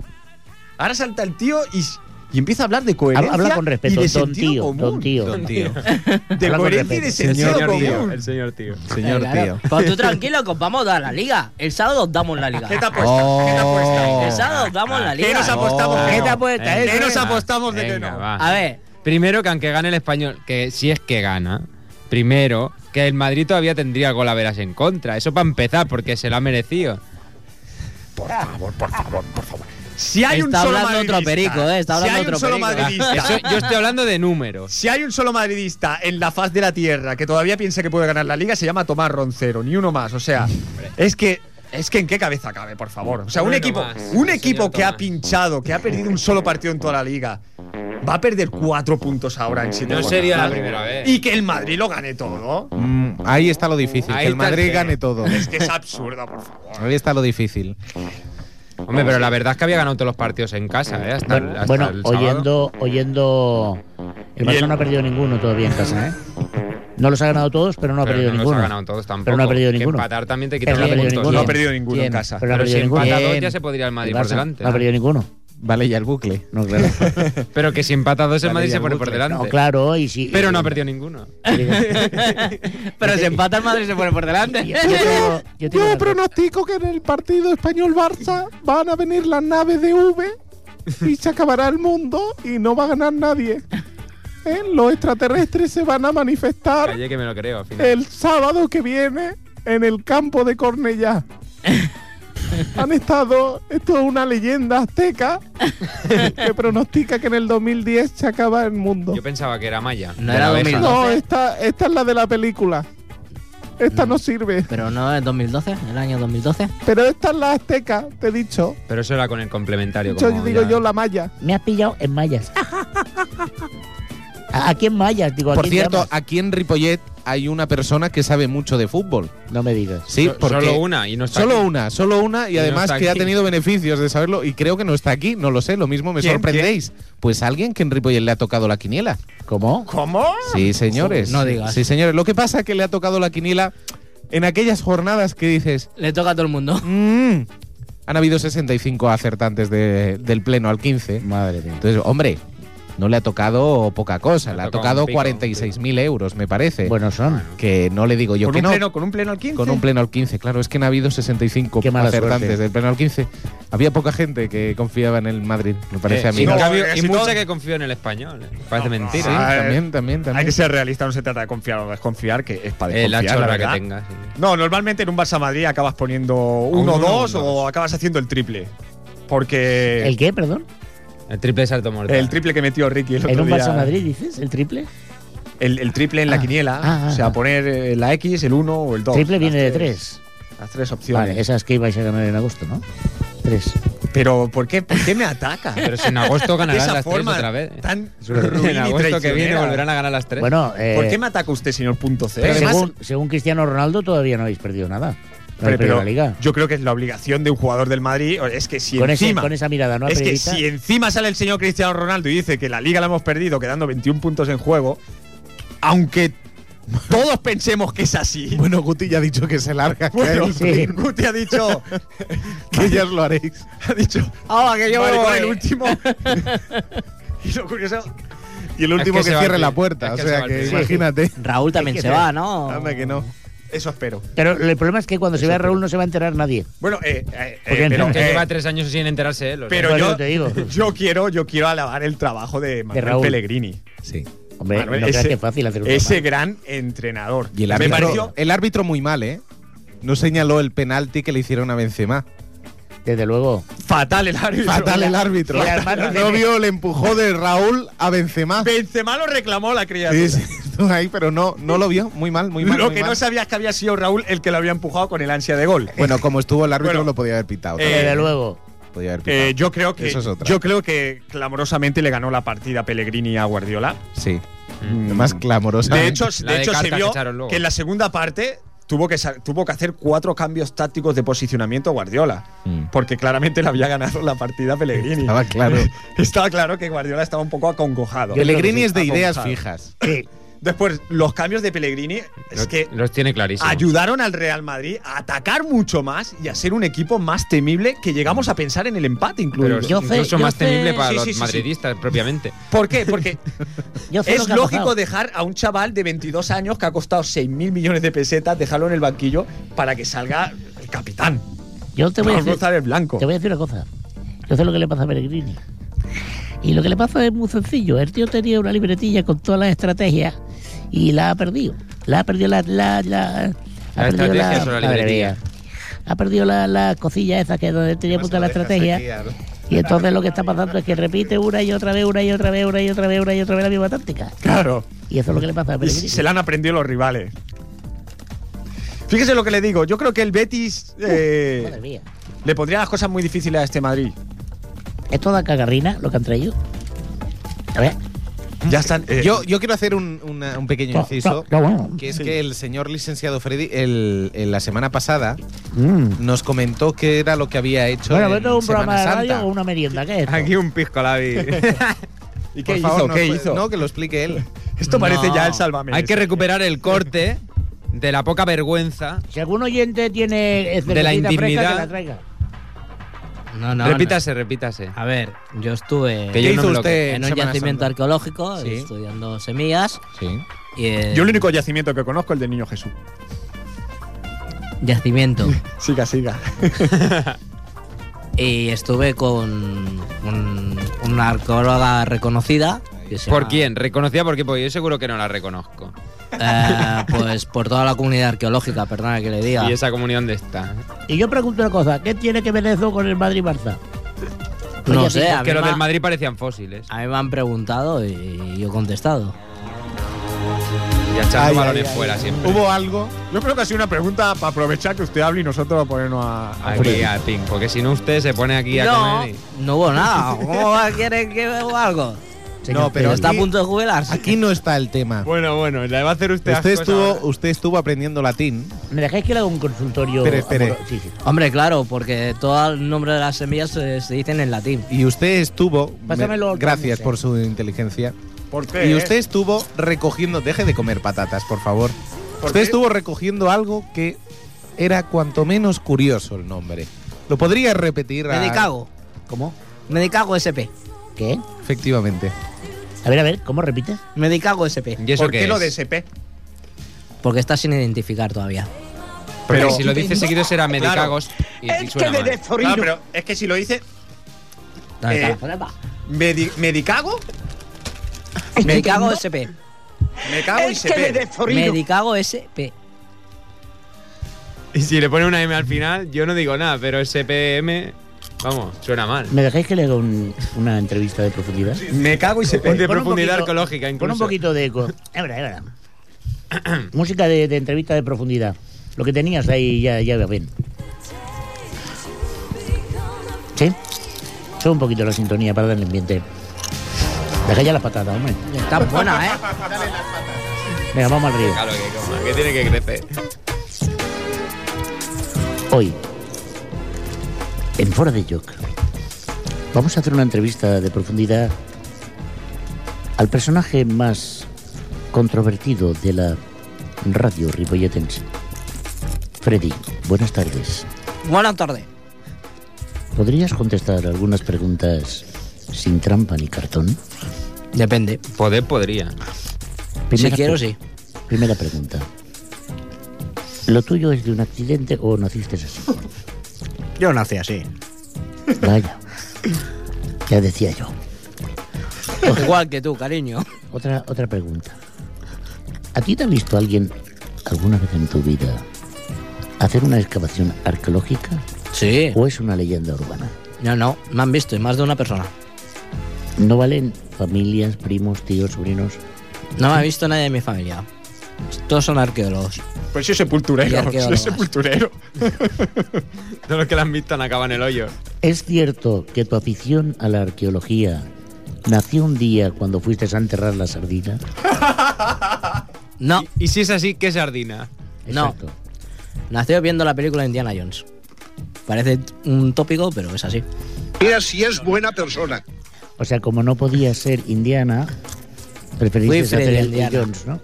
ahora salta el tío y, s- y empieza a hablar de coherencia. Habla con y respeto, de don sentido tío, común. don tío. Don tío. De Habla con coherencia y de respeto. sentido Señor tío, común. El señor tío. Señor Eh, claro. tío. Pues tú tranquilo, que os vamos a dar la liga. El sábado os damos la liga. ¿Qué te apuestas? ¿Qué te Oh. El apuestas? sábado os damos la liga. ¿Qué nos apostamos? Oh. Ah, que ¿Qué te no? apuestas? ¿Qué eh? nos apostamos de que Venga, no? va. A ver, Primero que aunque gane el español, que si es que gana, primero que el Madrid todavía tendría golaveras en contra. Eso para empezar, porque se lo ha merecido. Si hay un Está solo hablando otro madridista, perico, eh, está si hablando hay un otro solo perico. madridista, Eso- yo estoy hablando de números. Si hay un solo madridista en la faz de la tierra que todavía piensa que puede ganar la liga, se llama Tomás Roncero, ni uno más. O sea, es que. Es que en qué cabeza cabe, por favor. O sea, un Uno equipo, más, un señor equipo que ha Tomás. pinchado, que ha perdido un solo partido en toda la liga, va a perder cuatro puntos ahora en siete jornadas. vez. Y que el Madrid lo gane todo. Mm, Ahí está lo difícil, Ahí que el está el Madrid tema. gane todo. Es que es absurdo, por favor. Ahí está lo difícil. Hombre, pero la verdad es que había ganado todos los partidos en casa, ¿eh? Hasta, el- hasta Bueno, el sábado. oyendo, oyendo. El Barça no ha perdido ninguno todavía en casa, ¿eh? No los ha ganado todos, pero no ha Pero perdido no los ninguno. ha ganado todos tampoco. Pero no ha perdido Que ninguno. empatar también te quita Pero no ha los perdido puntos. ninguno. No ha perdido ninguno en casa. Pero no ha Pero si perdido ninguno. empata dos Bien. ya se podría el Madrid El por Barça delante. No ha perdido ninguno. Vale, ya el bucle. No, claro. Pero que si empata dos el Vale, Madrid ya se pone por bucle. delante. No, claro, y si. Pero no ha perdido ninguno. Pero si empata el Madrid se pone por delante. Yo tengo- yo tengo una cosa. pronostico que en el partido español-Barça van a venir las naves de V y se acabará el mundo y no va a ganar nadie. ¿Eh? Los extraterrestres se van a manifestar Oye, que me lo creo. al final. el sábado que viene en el campo de Cornellá. Han estado, esto es una leyenda azteca que pronostica que en el 2010 se acaba el mundo. Yo pensaba que era Maya. No de era la abeja. 2000. No, esta, esta es la de la película. Esta no sirve. Pero no, es 2012, el año 2012. Pero esta es la azteca, te he dicho. Pero eso era con el complementario. Yo como digo ya- yo la malla. Me has pillado en mayas. ¿A a quién mayas? Digo, ¿a Por quién cierto, llamas? aquí en Ripollet hay una persona que sabe mucho de fútbol. No me digas. Sí, So- porque Solo una y no está Solo aquí. Eh, una, solo una y, Y no además está que ha aquí. tenido beneficios de saberlo y creo que no está aquí, no lo sé, lo mismo me ¿Quién? sorprendéis. Pues alguien que en Ripollet le ha tocado la quiniela. ¿Cómo? ¿Cómo? Sí, señores. No digas. Sí, señores. Lo que pasa es que le ha tocado la quiniela en aquellas jornadas que dices, Le toca a todo el mundo. "Mm". han habido 65 acertantes de- del pleno al 15. Madre mía. Entonces, hombre, no le ha tocado poca cosa, Le le, ha ha tocado tocado un pico, 46.000 euros, me parece. Bueno, son. que no le digo yo ¿Con que un, no. pleno, ¿Con un pleno al 15? Con un pleno al 15, claro, es que han habido 65 Qué mala acertantes suerte. del pleno al 15. Había poca gente que confiaba en el Madrid, me parece Eh, a mí. y en No, cambio- eh, y si mucha todo- que confío en el español. eh. Parece Sí, mentira. Ah, eh, también, también, también. Hay que ser realista, no se trata de confiar o desconfiar, que es para Eh, desconfiar, la la chorra que verdad. tengas. sí. No, normalmente en un Barça Madrid acabas poniendo uno, uno, dos, un dos. o acabas haciendo el triple. Porque ¿El el, qué, perdón? El triple salto mortal. triple que metió Ricky el otro ¿En un día. Barça Madrid dices? ¿El triple? El, el triple en la Ah, quiniela. ah, ah, o sea, ah. poner eh, la X, el 1 o el 2. triple viene de tres. Las tres opciones. Vale, esas que ibais a ganar en agosto, ¿no? Tres. Pero ¿por qué, por qué me ataca? Pero si en agosto De ganarán esa las tres forma otra vez. tan ruin En y agosto que viene traicionera. volverán a ganar las tres. Bueno, eh, ¿Por qué me ataca usted, señor punto C? Pero además- según, según Cristiano Ronaldo todavía no habéis perdido nada. No habéis Hombre, perdido pero la liga. yo creo que es la obligación de un jugador del Madrid. o- Es que si Con, ese- encima. con esa mirada, ¿no? es que Apedrita? si encima sale el señor Cristiano Ronaldo y dice que la liga la hemos perdido quedando 21 puntos en juego, aunque todos pensemos que es así. Bueno, Guti ya ha dicho que se larga, Bueno, sí. Guti ha dicho, que ya os lo haréis. ha dicho, Ahora que vale, con el último. y lo curioso, Y el Es último que que, se va cierre al la pi- puerta, es que o se sea va al que pi- imagínate. Raúl también Es que se se- va, ¿no? Anda que no. eso espero. Pero el problema es que cuando se vea Raúl no se va a enterar nadie. Bueno, eh, eh, eh, Porque pero, que eh, lleva tres años sin enterarse él. o sea. pero Por yo, eso te digo. yo quiero, yo quiero alabar el trabajo de Manuel Raúl. Pellegrini. Sí. Hombre, Manuel, no creas ese- que es fácil hacer un Ese programa. gran entrenador. Y el Me árbitro, pareció el árbitro muy mal, ¿eh? No señaló el penalti que le hicieron a Benzema. Desde luego. fatal el árbitro. Fatal el árbitro. y la hermana El de- novio le empujó de Raúl a Benzema. Benzema lo reclamó la criatura. Sí, sí, estuvo ahí, pero no, no lo vio. Muy mal, muy mal. lo muy que mal. no sabía es que había sido Raúl el que lo había empujado con el ansia de gol. Bueno, como estuvo el árbitro, Bueno, lo podía haber pitado. eh, también. Desde luego. podía haber pitado. Eh, yo creo que Eso es otra. yo creo que clamorosamente le ganó la partida Pellegrini a Guardiola. sí. Más clamorosa. De hecho, La de de hecho carta se que vio echaron luego. que en la segunda parte tuvo que, sa- tuvo que hacer cuatro cambios tácticos de posicionamiento Guardiola. Mm. Porque claramente le había ganado la partida Pellegrini. Estaba claro. Estaba claro que Guardiola estaba un poco acongojado. Pellegrini es de ideas Acongojado. fijas. Sí. Después, los cambios de Pellegrini es Los- que los tiene clarísimos. ayudaron al Real Madrid a atacar mucho más y a ser un equipo más temible que llegamos a pensar en el empate incluido. Pero es Yo sé, incluso yo más sé- temible para Sí, los sí, sí, sí. madridistas propiamente. ¿Por qué? Porque Yo sé lo es que ha lógico pasado. dejar a un chaval de 22 años que ha costado 6.000 millones de pesetas, dejarlo en el banquillo para que salga el capitán. Yo te voy a Raúl decir. González Blanco. Te voy a decir una cosa. Yo sé lo que le pasa a Peregrini. Y lo que le pasa es muy sencillo. El tío tenía una libretilla con todas las estrategias y la ha perdido. La ha perdido la. La, la, La ha perdido estrategia sobre la madre libretilla. Pues mía. Ha perdido la, la cosilla esa que es donde tenía puta la estrategia. Y entonces lo que está pasando es que repite una y otra vez, una y otra vez, una y otra vez, una y otra vez la misma táctica. Claro. Y eso es lo que le pasa a Y Peregrini. se la han aprendido los rivales. Fíjese lo que le digo. Yo creo que el Betis eh, Madre mía. le pondría las cosas muy difíciles a este Madrid. Es toda cagarrina lo que han traído. A ver. Ya están. eh, Yo, yo quiero hacer un, una- un pequeño inciso, Qué bueno. que es que el señor licenciado Freddy, el, el- la semana pasada, Mm. nos comentó qué era lo que había hecho Bueno, pues en ¿esto es un Semana programa de Santa. radio o una merienda? ¿Qué es? esto? Aquí un pisco, Lavi. ¿Y Por qué favor, hizo? nos ¿Qué puede- hizo? No, que lo explique él. Esto parece No. ya el salvamento. Hay que recuperar el corte de la poca vergüenza. Si algún oyente tiene eh, De la cervecita fresca, intimidad. que la traiga. No, no. repítase, repítase. no. A ver, yo estuve Que Eh, ¿Qué yo no hizo me lo usted en un Eh, Semana yacimiento Santa? arqueológico Sí. estudiando semillas. Sí. Y, eh, Yo el único yacimiento que conozco es el del niño Jesús. Yacimiento. Siga, siga. y estuve con un- una arqueóloga reconocida. que se ¿Por llama- quién? ¿Reconocida por qué? Porque yo seguro que no la reconozco. Eh, pues por toda la comunidad arqueológica, perdona que le diga. ¿Y esa comunión de esta? Y yo pregunto una cosa, ¿qué tiene que ver eso con el Madrid-Barça? no Oye, sé, a mí, Que los me del ha- Madrid parecían fósiles. a mí me han preguntado y yo he contestado. Y echando balones fuera siempre. ¿Hubo algo? Yo creo que ha sido una pregunta para aprovechar que usted hable y nosotros ponernos a. a Aquí a Pink, porque si no usted se pone aquí a No, comer. y- no hubo nada. ¿Cómo va- quieren que haga algo? No, pero está aquí- a punto de jubilarse. Aquí no está el tema. Bueno, bueno, la va a hacer usted. Usted ascos ahora. estuvo, usted estuvo aprendiendo latín. ¿Me dejáis que le haga un consultorio? Espere, espere. amoroso? Sí, sí. Hombre, claro, porque todo el nombre de las semillas se, se dicen en latín. Y usted estuvo. Pásamelo, me- gracias Ramírez. por su inteligencia. ¿Por qué? ¿eh? eh? Y usted estuvo recogiendo. Deje de comer patatas, por favor. ¿Por usted qué? estuvo recogiendo algo que era cuanto menos curioso el nombre. ¿Lo podría repetir? Ah, a- Medicago. ¿Cómo? Medicago SP. ¿Qué? Efectivamente. A ver, a ver, ¿cómo repites? Medicago SP. ¿Y eso ¿Por qué, qué lo es? de SP? Porque está sin identificar todavía. Porque Pero- si lo dice seguido será Medicagos y, y suena mal. Claro, pero es que si lo dice. ¿Dónde está Eh, la prueba? Medi- ¿Medicago? Medicago SP. Me cago y se ve. Medicago SP. Y si le pone una M al final, yo no digo nada, pero SPM, vamos, suena mal. ¿Me dejáis que le haga un- una entrevista de profundidad? Me cago y se Es de ve. Pon un profundidad poquito- arqueológica, Con un incluso. poquito de eco. Es verdad, es verdad. Música de, de entrevista de profundidad. Lo que tenías ahí ya, ya va bien. ¿Sí? Sube un poquito la sintonía para darle ambiente. Deja ya las patatas, hombre. Está buena, ¿eh? Venga, vamos al río. Claro que coma, que tiene que crecer. Hoy, en Fora de Joc, vamos a hacer una entrevista de profundidad al personaje más controvertido de la radio ribolletense. Freddy, buenas tardes. Buenas tardes. ¿Podrías contestar algunas preguntas sin trampa ni cartón? Depende. Poder podría. Si Primera quiero, pre- sí. Primera pregunta. ¿Lo tuyo es de un accidente o naciste así? Yo nací así. Vaya. Ya decía yo. Pues Igual que tú, cariño. Otra, otra pregunta. ¿A ti te ha visto alguien alguna vez en tu vida hacer una excavación arqueológica Sí. o es una leyenda urbana? No, no, me han visto y más de una persona. ¿No valen familias, primos, tíos, sobrinos? No me ha visto nadie de mi familia. Todos son arqueólogos. Pues soy Y sepulturero. arqueólogas. Soy sepulturero. Todos los que la han visto han acabado en el hoyo. ¿Es cierto que tu afición a la arqueología nació un día cuando fuiste a enterrar la sardina? No, Y si es así, ¿qué sardina? No. nació viendo la película Indiana Jones. Parece un tópico, pero es así. O sea, como no podía ser indiana, preferiste Fui Freddy hacer el Indiana. Indiana. Jones, ¿no?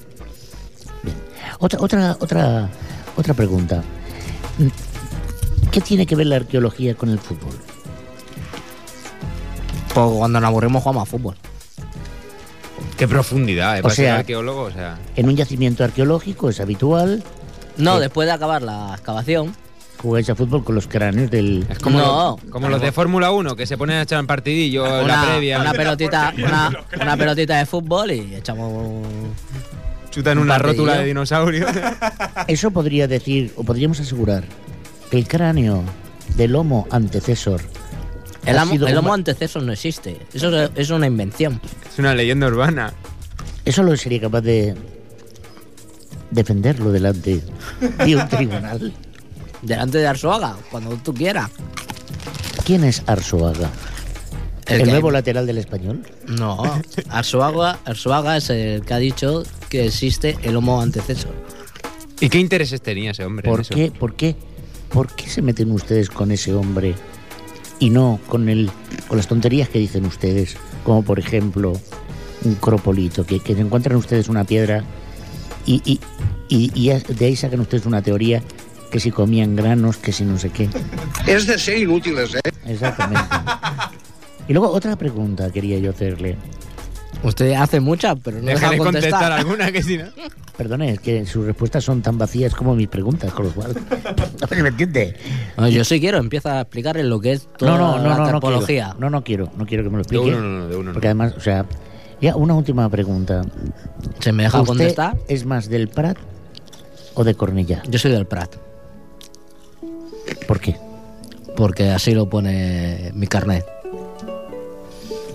Bien. Otra, otra, otra, otra pregunta. ¿Qué tiene que ver la arqueología con el fútbol? Porque cuando nos aburrimos jugamos a fútbol. Qué profundidad, ¿eh? O Para ser sea- arqueólogo, o sea. En un yacimiento arqueológico es habitual No, después de acabar la excavación. jugáis a fútbol con los cráneos del... Es como, No. los, como los de Fórmula 1 que se ponen a echar un partidillo en la Una, previa. una pelotita, una, una pelotita de fútbol y echamos. chutan un una partidillo. rótula de dinosaurio. Eso podría decir, o podríamos asegurar, que el cráneo del homo antecesor El, Ha amo- sido el un- homo antecesor no existe. Eso es, es una invención. es una leyenda urbana. Eso lo sería capaz de defenderlo delante de un tribunal. Delante de Arzuaga, cuando tú quieras. ¿Quién es Arzoaga? El el que- nuevo lateral del español. No, Arzuaga, Arzuaga es el que ha dicho que existe el homo antecesor. ¿Y qué intereses tenía ese hombre? en ¿Por eso? qué, por qué, por qué se meten ustedes con ese hombre y no con el, con las tonterías que dicen ustedes, como por ejemplo un cropolito, que, que encuentran ustedes una piedra y, y, y- y a- de ahí sacan ustedes una teoría que si comían granos, que si no sé qué. Es de ser inútiles, ¿eh? Exactamente. Y luego otra pregunta quería yo hacerle. Usted hace muchas, pero no deja Déjale de contestar. contestar. alguna que si no. Perdone, es que sus respuestas son tan vacías como mis preguntas, con lo cual. No se me entiende. No, Yo sí quiero, empieza a explicarle lo que es toda No, no, no, la no, no antropología. quiero. No, no quiero, no quiero que me lo De explique. uno, no, no, de uno. no. Porque además, o sea, ya una última pregunta. ¿Se me deja ¿Usted contestar? es más del Prat o de Cornellá? Yo soy del Prat, ¿Por qué? porque así lo pone mi carnet.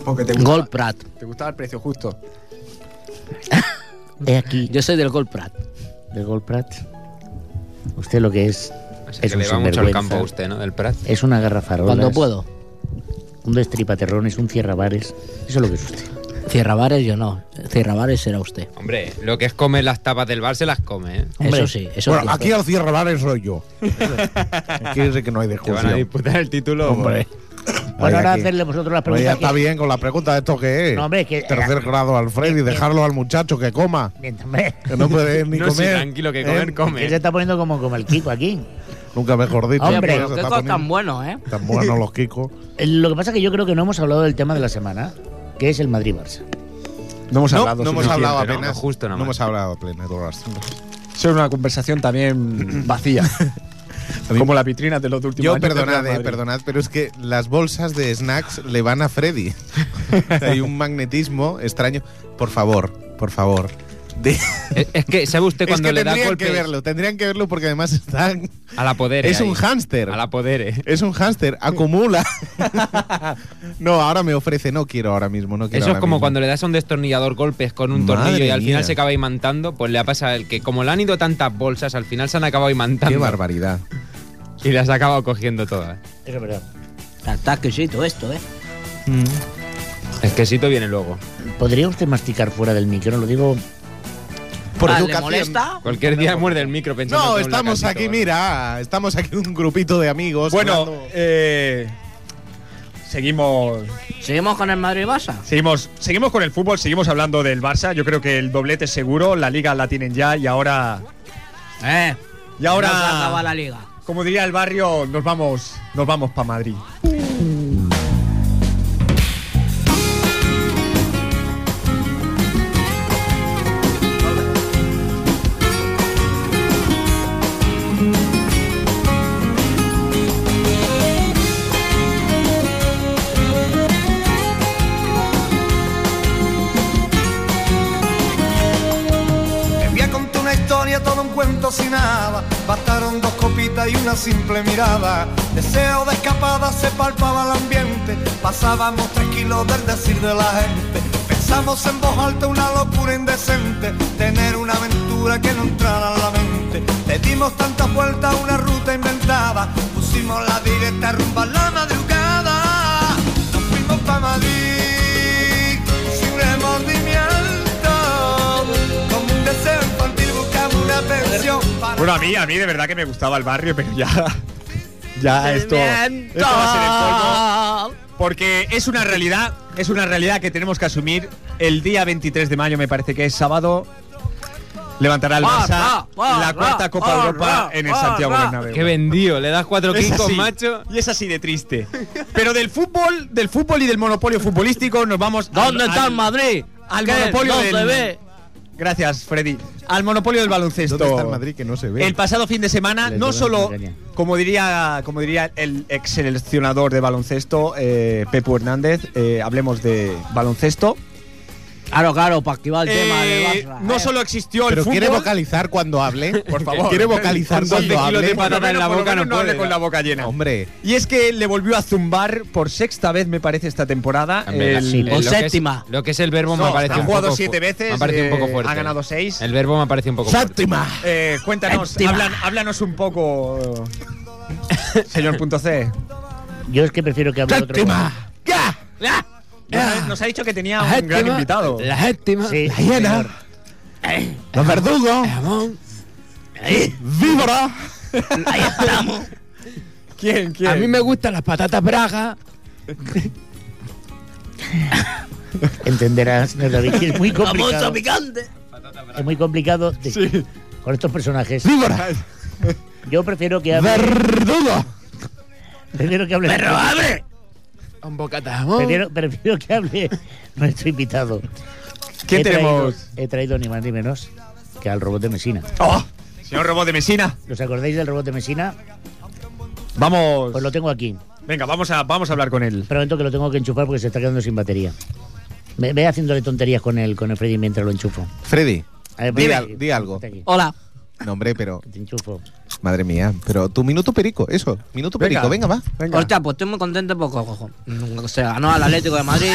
Porque te Gol Prat. Te gustaba el precio justo. He aquí Yo soy del Gol Prat. del Gol Prat. Usted lo que es O sea, es que un le va mucho al sinvergüenza. campo a usted, ¿no? Del Prat. es una garrafarola. Cuando puedo. Un destripaterrones, un cierrabares. Eso es lo que es usted. Cierra bares yo no. Cierra bares será usted. Hombre, lo que es comer las tapas del bar se las come, ¿eh? Hombre. Eso sí, eso Bueno, es aquí al cierre bares soy yo. Quiere decir que no hay Te van a discusión. disputar el título. Hombre. Bueno, ahora aquí. hacerle vosotros las Pues preguntas. ya está que- bien con la pregunta de esto que es. No, hombre, que- Tercer grado al Freddy, dejarlo al muchacho que coma. Bien, hombre, Que no puede ni No, sí, comer. tranquilo, que comer, ¿eh? que se come. está poniendo como, como el Kiko aquí. Nunca mejor dicho. Hombre, Se Pero está qué cosas poniendo tan buenos, ¿eh? tan buenos los Kikos. Eh, Lo que pasa es que yo creo que no hemos hablado del tema de la semana, que es el Madrid-Barça. No hemos No, hablado. no hemos suficiente. hablado ¿no? apenas. No, justo nada no más. hemos hablado apenas. todo el asunto. Eso era una conversación también vacía. como las vitrinas de los últimos Yo, años del Real perdonad, eh, Madrid. perdonad, pero es que las bolsas de snacks le van a Freddy. Hay un magnetismo extraño. Por favor, por favor. De- Es, es que, ¿sabe usted cuando es que le da tendrían golpes que verlo, tendrían que verlo porque además están. a la poder? es un hámster. A la poder, ¿eh? Es un hámster, acumula. no, ahora me ofrece, no quiero ahora mismo, no quiero. Eso es ahora como mismo. cuando le das a un destornillador golpes con un tornillo Madre y al final mía. se acaba imantando, pues le ha pasado el que como le han ido tantas bolsas, al final se han acabado imantando. Qué barbaridad. Y las ha acabado cogiendo todas. Eso es verdad. Está exquisito esto, ¿eh? El quesito viene luego. ¿Podría usted masticar fuera del micro? Lo digo Por Ah, ¿le educación. molesta? Cualquier día muerde el ¿eh? micro pensando No, que es un estamos lacandito, aquí, ¿vale? mira, estamos aquí un grupito de amigos. Bueno, hablando. eh, seguimos, Seguimos con el Madrid Barça. seguimos, seguimos con el fútbol, seguimos hablando del Barça. Yo creo que el doblete es seguro, la liga la tienen ya y ahora, Eh. y ahora, No se acaba la liga. como diría el barrio, nos vamos, nos vamos para Madrid. Te voy a contar una historia, todo un cuento sin nada. Bastaron dos copitas y una simple mirada. Deseo de escapada se palpaba el ambiente. Pasábamos tranquilos del decir de la gente. Pensamos en voz alta una locura indecente. Tener una aventura que no entrara en la mente. Le dimos tantas vueltas a una ruta inventada. Pusimos la directa rumba a la madrugada. Nos fuimos pa' Madrid sin remordimiento. Como un deseo infantil buscamos una pensión para... Bueno, a mí, a mí de verdad que me gustaba el barrio, pero ya. Ya esto, esto va a ser el polvo. Porque es una realidad, es una realidad que tenemos que asumir. El día 23 de mayo, me parece que es sábado, levantará el Barça la cuarta Copa Europa en el Santiago Bernabéu. Qué vendido, le das cuatro Es kikos, así, macho. Y es así de triste. Pero del fútbol, del fútbol y del monopolio futbolístico nos vamos al- ¿Dónde está al- el Madrid? al ¿Qué? monopolio no del- se ve. Gracias, Freddy. Al monopolio del baloncesto. ¿Dónde está el Madrid que no se ve? El pasado fin de semana, Les no doy solo, una caña. como diría, como diría el ex seleccionador de baloncesto, eh, Pepu Hernández, eh, hablemos de baloncesto. Claro, claro, para esquivar el tema Eh, del Barça. no eh. solo existió el Pero quiere fútbol. vocalizar cuando hable. Por favor. Quiere vocalizar Con 12 cuando kilos de hable. patata Por lo en la menos- por lo boca menos no no hable puede. con la boca llena. Hombre, Y es que le volvió a zumbar por sexta vez, me parece, esta temporada. Hombre, el- sí, o lo que es- séptima. lo que es el verbo No, me parece ha un jugado poco fu- siete veces, Me parece un poco eh, fuerte. ha ganado seis. El verbo me parece un poco fuerte. séptima. Eh, cuéntanos, Séptima. hablan- háblanos un poco, señor punto C. Yo es que prefiero que hable otro. Séptima. Ya. Nos ha dicho que tenía un gran invitado. La géstima, Sí, la hiena, señor. los verdugos, víbora. Ahí estamos. ¿Quién, quién? A mí me gustan las patatas bragas. Entenderás, señor David, que es muy complicado. Famoso picante. Es muy complicado de- con estos personajes. Yo prefiero que hable. ¡Verdugo! Prefiero que hable. ¡Pero abre! Un bocata de jamón. Prefiero, prefiero que hable nuestro invitado. ¿Qué tenemos? Oh, Traído, he traído ni más ni menos que al robot de Mesina. Señor robot de Mesina. ¿Os acordáis del robot de Mesina? Vamos. Pues lo tengo aquí. Venga, vamos a, vamos a hablar con él. Pronto que lo tengo que enchufar porque se está quedando sin batería. Ve, ve haciéndole tonterías con el, con el Freddy mientras lo enchufo. Freddy, A ver, di, Freddy, al- di algo. ponte aquí. Hola. No, hombre, pero. Te enchufo. Madre mía, pero tu minuto perico, eso. Minuto Venga. perico, venga, va. Hostia, pues estoy muy contento porque ojo, o sea, ganó al Atlético de Madrid.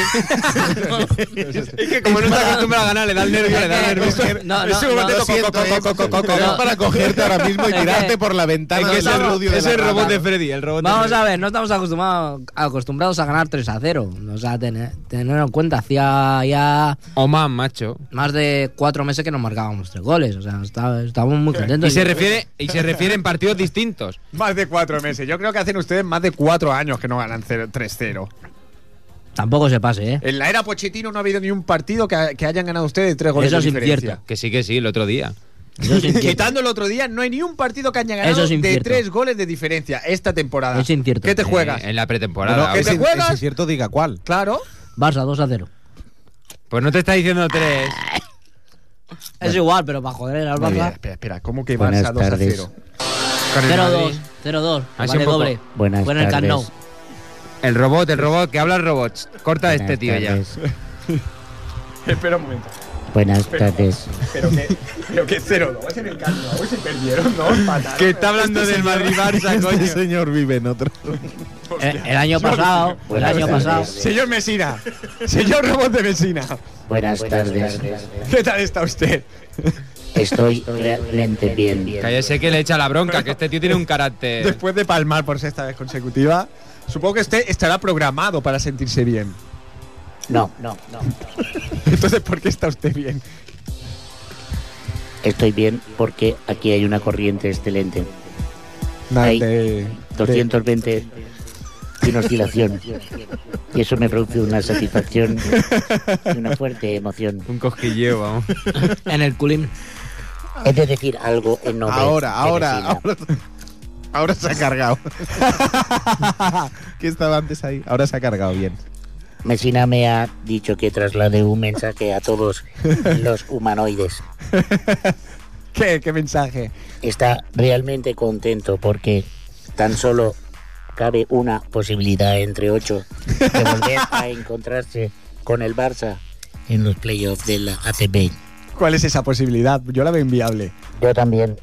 Es que como no está acostumbrado a ganar, le da el nervio, le da el eh. nervio. No, no, Es un no, momento Lo siento, co- co- co- co- co- co- co- Era No. para cogerte ahora mismo y Es que- tirarte por la Es ventana que del estamos- estudio. de es la el radio. robot de Freddy, el robot de Vamos Freddy. a ver, no estamos acostumbrados, acostumbrados a ganar 3 a 0. O sea, tener, tener en cuenta, hacía ya O más, macho. más de 4 meses que nos marcábamos 3 goles. O sea, está- estábamos muy contentos. Y se refiere, y se refiere en partidos distintos. Más de cuatro meses. Yo creo que hacen ustedes más de cuatro años que no ganan cero- 3-0. Tampoco se pase, ¿eh? En la era Pochettino no ha habido ni un partido que, que hayan ganado ustedes tres goles Eso es de diferencia. incierto. Que sí, que sí, el otro día. Eso es incierto. Quitando el otro día, no hay ni un partido que haya ganado Eso es de incierto. tres goles de diferencia esta temporada. Es incierto. ¿Qué te Eh, juegas? Eh, en la pretemporada. Bueno, ¿qué que te si- juegas? si es cierto, diga cuál. Claro. Barça 2 a 0. Pues no te está diciendo tres. Es igual, pero para joder al Espera, Barça. espera, espera. ¿Cómo que Buenas Barça 2 a tardes. 0? 0-2, 0-2. Ha sido Vale un poco- doble. Buenas Fue en el Camp Nou. tardes. El robot, el robot, que habla el robot. Corta Buenas este tío ya. tardes. Buenas tardes. Pero que 0-2 en el caso. Hoy se perdieron, ¿no? Empataron. Que está hablando del Madrid-Barça, Este señor vive en otro. Eh, El año pasado, el año pasado. Señor Mesina. Señor Robot de Mesina. Buenas tardes. ¿Qué tal está usted? Estoy realmente bien. Cállese que le echa la bronca, que este tío tiene un carácter. Después de palmar por sexta vez consecutiva, supongo que usted estará programado para sentirse bien. No, no, no. Entonces, ¿por qué está usted bien? Estoy bien porque aquí hay una corriente excelente. Hay eh, de- 220 sin oscilación. Y eso me produce una satisfacción y una fuerte emoción. Un cosquilleo, vamos. En el culín. Es de decir, algo en Ahora, ahora, ahora. Ahora se ha cargado. ¿Qué estaba antes ahí? Ahora se ha cargado bien. Mesina me ha dicho que traslade un mensaje a todos los humanoides. ¿Qué? ¿Qué mensaje? Está realmente contento porque tan solo cabe una posibilidad entre ocho de volver a encontrarse con el Barça en los playoffs de la ACB. ¿Cuál es esa posibilidad? Yo la veo inviable. Yo también,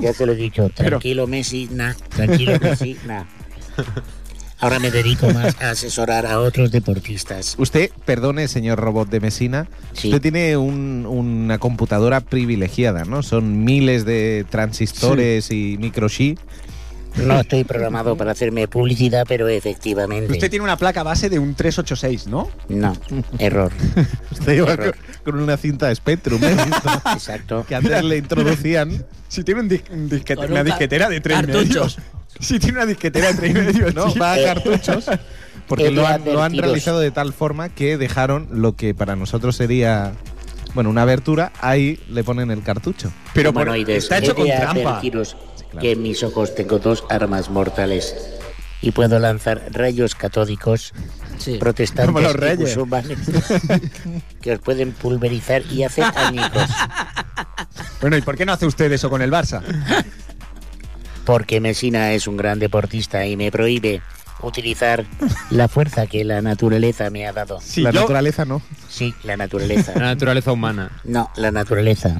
ya se lo he dicho, tranquilo Messi, na, tranquilo Messi, na. Ahora me dedico más a asesorar a otros deportistas. Usted, perdone, señor robot de Mesina, Sí. usted tiene un- una computadora privilegiada, ¿no? Son miles de transistores y microchip. No estoy programado para hacerme publicidad, pero Usted efectivamente. tiene una placa base de un 386, ¿no? No, error. Usted iba con, Error. con una cinta Spectrum, ¿eh? Exacto. que antes le introducían. Si tiene un dis- un disquete- Con un una ca- disquetera de tres cartuchos. Si tiene una disquetera de tres y medio, No, va a Eh, cartuchos. Porque eh, lo han, lo han advertiros. realizado de tal forma que dejaron lo que para nosotros sería, bueno, una abertura, ahí le ponen el cartucho. Pero por- Humanoides, está hecho he de con trampa. advertiros claro. que en mis ojos tengo dos armas mortales y puedo lanzar rayos catódicos Sí. protestantes Como los y reyes. musulmanes que os pueden pulverizar y hacer añicos. Bueno, ¿y por qué no hace usted eso con el Barça? Porque Mesina es un gran deportista y me prohíbe utilizar la fuerza que la naturaleza me ha dado. Si la yo- naturaleza no. Sí, la La naturaleza. naturaleza humana. No, la naturaleza.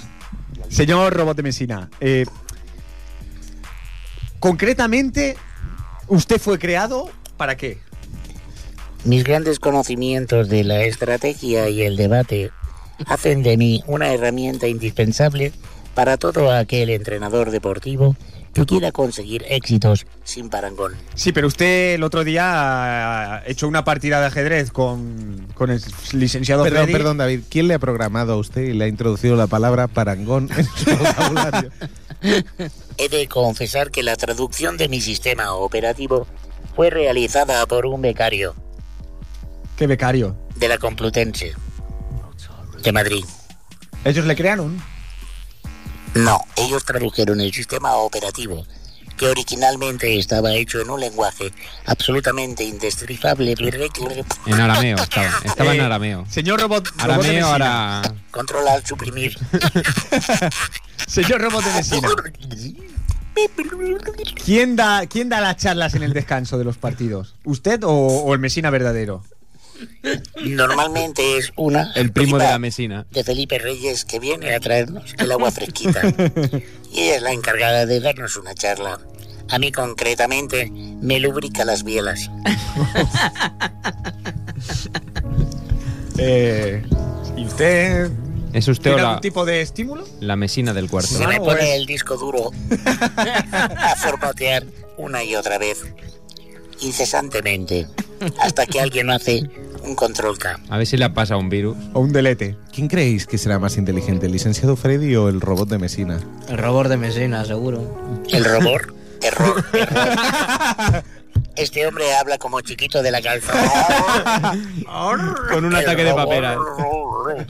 Señor Robot de Mesina, eh, concretamente, ¿usted fue creado para qué? Mis grandes conocimientos de la estrategia y el debate hacen de mí una herramienta indispensable para todo aquel entrenador deportivo que quiera conseguir éxitos sin parangón. Sí, pero usted el otro día echó una partida de ajedrez con, con el licenciado Perdón, Freddy. perdón, David. ¿Quién le ha programado a usted y le ha introducido la palabra parangón en su vocabulario? He de confesar que la traducción de mi sistema operativo fue realizada por un becario Qué becario. de la Complutense de Madrid. Ellos le crearon. No, ellos tradujeron el sistema operativo, que originalmente estaba hecho en un lenguaje absolutamente indescifrable. En arameo estaba. Estaba en arameo. Señor robot. robot Eh, de Arameo Messina. ahora. Controlar, suprimir. Señor robot de Messina. ¿Quién da, ¿Quién da las charlas en el descanso de los partidos? ¿Usted o, o el Mesina verdadero? Normalmente es una. El primo de la Mesina. de Felipe Reyes que viene a traernos el agua fresquita. y ella es la encargada de darnos una charla. A mí concretamente me lubrica las bielas. Eh, ¿Y usted? Es usted o ¿Tiene la, algún tipo de estímulo? la Mesina del cuarto. Se me pone el disco duro a formatear una y otra vez, incesantemente, hasta que alguien hace un control K. A ver si le ha pasado un virus. O un delete. ¿Quién creéis que será más inteligente, el licenciado Freddy o el robot de Mesina? El robot de Mesina, seguro. El robot. Error, error. Este hombre habla como chiquito de la calza. Con un ataque de paperas.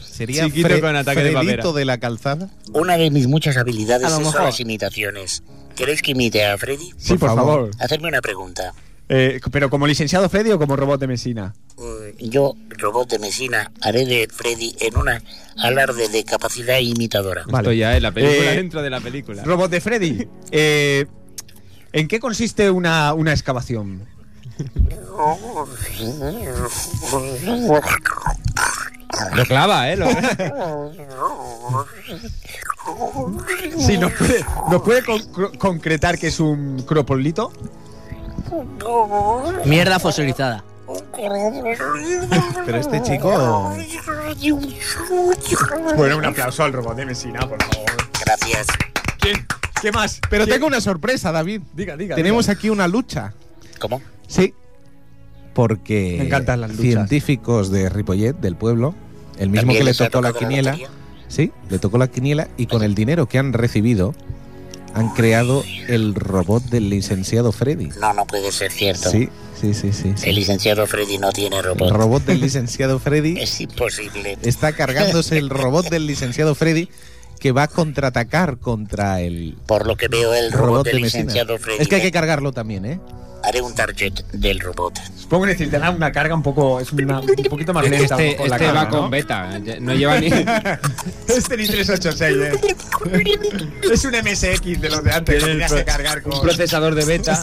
Sería Chiquito Fre- con ataque de Fredito papera. de la calzada. Una de mis muchas habilidades A lo son mejor. las imitaciones. ¿Queréis que imite a Freddy? Sí, Por por favor. favor. Hacerme una pregunta. Eh, ¿Pero como licenciado Freddy o como robot de Mesina? Mm, Yo, robot de Mesina, haré de Freddy en una alarde de capacidad imitadora. Estoy ya en la película, Eh, dentro de la película. Robot de Freddy. eh, ¿En qué consiste una, una excavación? Lo clava, ¿eh? Lo- Sí, ¿nos puede, nos puede con- cro- concretar que es un cropolito? Mierda fosilizada. Pero este chico. Bueno, un aplauso al robot de Mesina, por favor. Gracias. ¿Qué más? Pero tengo una sorpresa, David. Diga, diga. Tenemos diga. aquí una lucha. ¿Cómo? Sí. Porque Me encantan las luchas. científicos de Ripollet, del pueblo, el mismo También que le les ha tocó la tocado la quiniela, lotería. sí, le tocó la quiniela y con el dinero que han recibido han creado el robot del licenciado Freddy. No, no puede ser cierto. Sí, sí, sí, sí. sí. El licenciado Freddy no tiene El robot. robot del licenciado Freddy es imposible. está cargándose el robot del licenciado Freddy que va a contraatacar contra el Por lo que veo, el robot, del Messina. licenciado Freddy. Es que hay que cargarlo también, ¿eh? Haré un target del robot. Supongo que necesitará una carga un poco. Es una- un poquito más lenta. Este, con la este carga, va con ¿no? beta. ya- No lleva ni. Este ni 386, eh. Es un MSX de los de antes que tenías que cargar con. Un procesador de beta.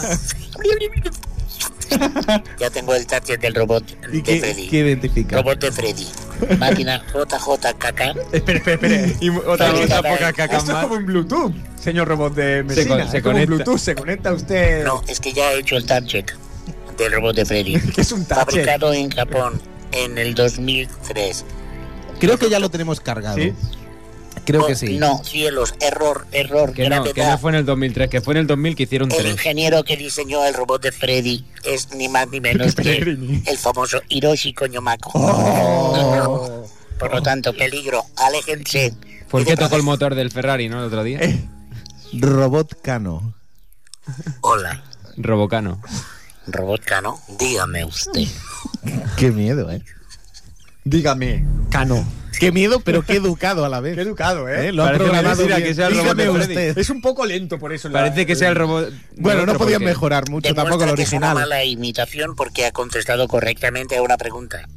Ya tengo el target del robot de ¿Y qué, Freddy. qué identifica? Robot de Freddy. Máquina JJKK. Espera, espera, espera. Y otra, Freddy otra Kafka. poca caca Esto es como un Bluetooth, señor robot de Se con- Messina. se es como un conecta. Bluetooth, se conecta usted. No, es que ya he hecho el target del robot de Freddy. Que es un touch. Fabricado en Japón en el 2003. Creo que ya lo tenemos cargado. ¿Sí? Creo Oh, que sí. No, cielos, error, error, Que no, que gravedad. no fue en el 2003, que fue en el 2000 que hicieron Eh, El 3. ingeniero que diseñó el robot de Freddy es ni más ni menos que el famoso Hiroshi Koñomako. Por lo tanto, peligro, aléjense. Oh. ¿Por Y de qué tocó el paso- motor del Ferrari, no? El otro día. Eh. Robot Cano. Hola, Robocano. robot Cano, dígame usted. Qué miedo, ¿eh? Dígame, Cano. Qué miedo, pero qué educado a la vez. Qué educado, ¿eh? ¿Eh? Lo han Parece que va a programado decir a bien. que sea el robot Dígame de Freddy. usted. Es un poco lento por eso. la- Parece que sea el robot. Bueno, no otro, podían porque- mejorar mucho Demuestra tampoco el que es una original. mala imitación porque ha contestado correctamente a una pregunta.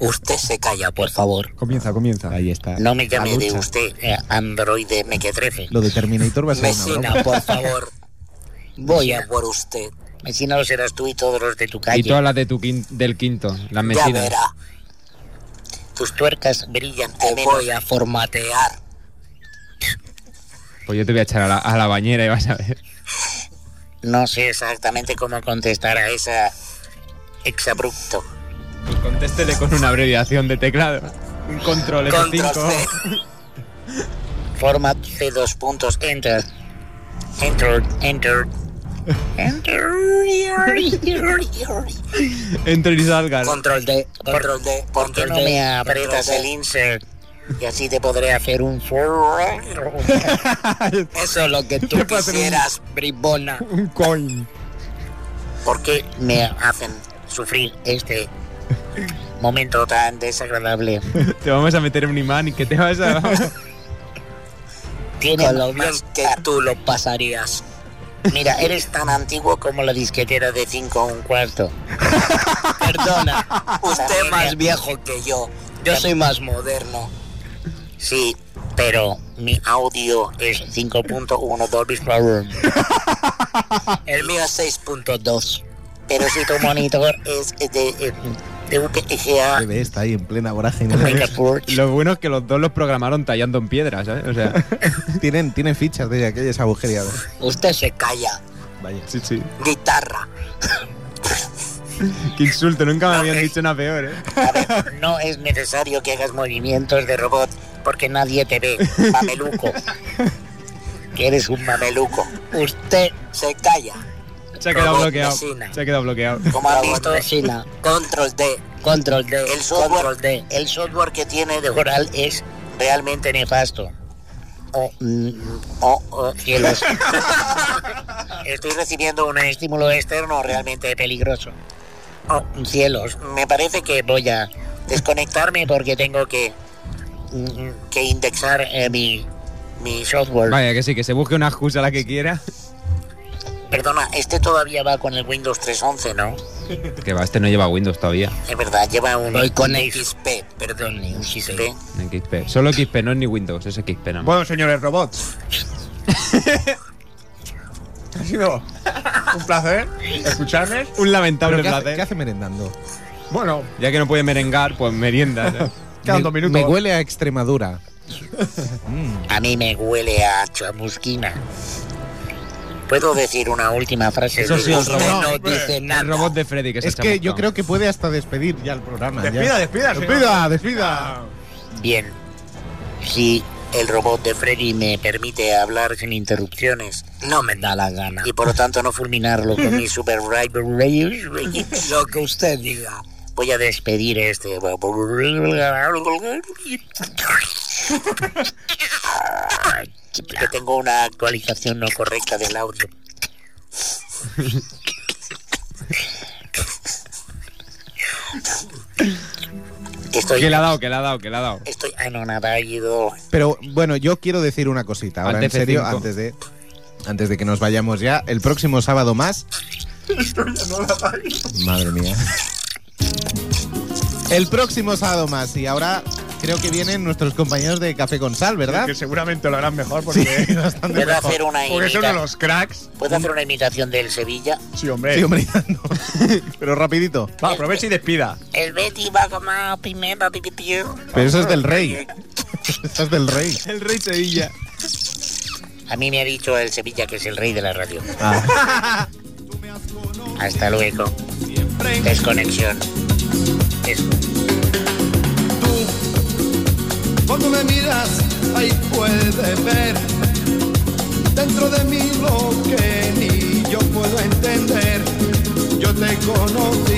Usted se calla, por favor. Comienza, comienza. Ahí Ah, está. No me llame La de lucha. usted, eh, androide mequetrefe. Lo de Terminator va a ser una Mesina, broma. por favor. Voy a por usted. Mesina lo serás tú y todos los de tu calle. Y todas las de tu quin- del quinto, las ya mesinas. verá. Tus tuercas brillan. Te voy a formatear. Pues yo te voy a echar a la, a la bañera y vas a ver. No sé exactamente cómo contestar a esa exabrupto. Pues Contéstele con una abreviación de teclado. Un control Control F5. C. Forma C2 puntos. Enter. Enter. Enter. Enter. Enter y salgan. Control D. Control D. Control no me D. abro? Aprietas el insert. Y así te podré hacer un forro. Eso es lo que tú Te puedo hacer un- quisieras, bribona. Un coin. ¿Por qué me hacen sufrir este momento tan desagradable? Te vamos a meter un imán y que te vas a. Tiene Con lo los más que tú lo pasarías. Mira, eres tan antiguo como la disquetera de 5 a un cuarto. Perdona, usted es más viejo que yo. Yo soy más moderno. Sí, pero mi audio es 5.1 Dolby Surround. El mío es 6.2. Pero si tu monitor es de, de UTGA, Bebé está ahí en plena vorágine. Lo bueno es que los dos los programaron tallando en piedras, ¿sabes? O sea. tienen, tienen fichas de aquellas agujereadas. usted se calla. Vaya. Sí, sí. Guitarra. Qué insulto, nunca me habían dicho una peor, ¿eh? A ver, no es necesario que hagas movimientos de robot porque nadie te ve. Mameluco. Que eres un mameluco. Usted se calla. Se ha quedado Robot bloqueado. vecina. Se ha quedado bloqueado. Como han visto, control D. Control D. El software, El software que tiene de oral es realmente nefasto. Oh, mm, oh, oh, cielos. Estoy recibiendo un estímulo externo realmente peligroso. Oh, cielos. Me parece que voy a desconectarme porque tengo que, mm, que indexar eh, mi, mi software. Vaya, que sí, que se busque una excusa la que quiera. Perdona, este todavía va con el Windows 3.11, ¿no? Que va, este no lleva Windows todavía. Es verdad, lleva un, Voy con un X. XP, perdón, un XP. En XP. Solo XP, no es ni Windows, es XP. No. Bueno, señores robots. ha sido un placer escucharles. Un lamentable ¿Pero qué hace- placer. qué hace merendando? Bueno, Ya que no puede merengar, pues merienda. ¿sabes? Me- Me huele a Extremadura. A mí me huele a chamusquina. ¿Puedo decir una última frase? Eso sí, el Usted robot. no dice nada. El robot de Freddy que se Es echa que mosca. yo creo que puede hasta despedir ya el programa. ya. Despida, despida, señor. Despida, despida. Bien. Si el robot de Freddy me permite hablar sin interrupciones, no me da la gana. Y por lo tanto no fulminarlo con mi super rayos, lo que usted diga. Voy a despedir este. que tengo una actualización no correcta del audio. Estoy, Que le ha dado, que le ha dado, que le ha dado. estoy anonadado. Pero bueno, yo quiero decir una cosita. Ahora, Al en serio, TF5. antes de, antes de que nos vayamos ya, el próximo sábado más. Madre mía. El próximo sábado más. Y ahora creo que vienen nuestros compañeros de Café con Sal, ¿verdad? Que seguramente lo harán mejor porque. ¿Puedo hacer una Porque son imita- uno de los cracks. ¿Puedo hacer una imitación del Sevilla? Sí, hombre. Sí, hombre, Pero rapidito. Va, aprovecha y despida. El Betty va a comer pimenta, pipipiu. Pero eso es del rey. eso es del rey. El rey Sevilla. A mí me ha dicho el Sevilla que es el rey de la radio. Ah. Hasta luego. Desconexión. Eso. Cuando me miras, ahí puedes ver dentro de mí lo que ni yo puedo entender. Yo te conocí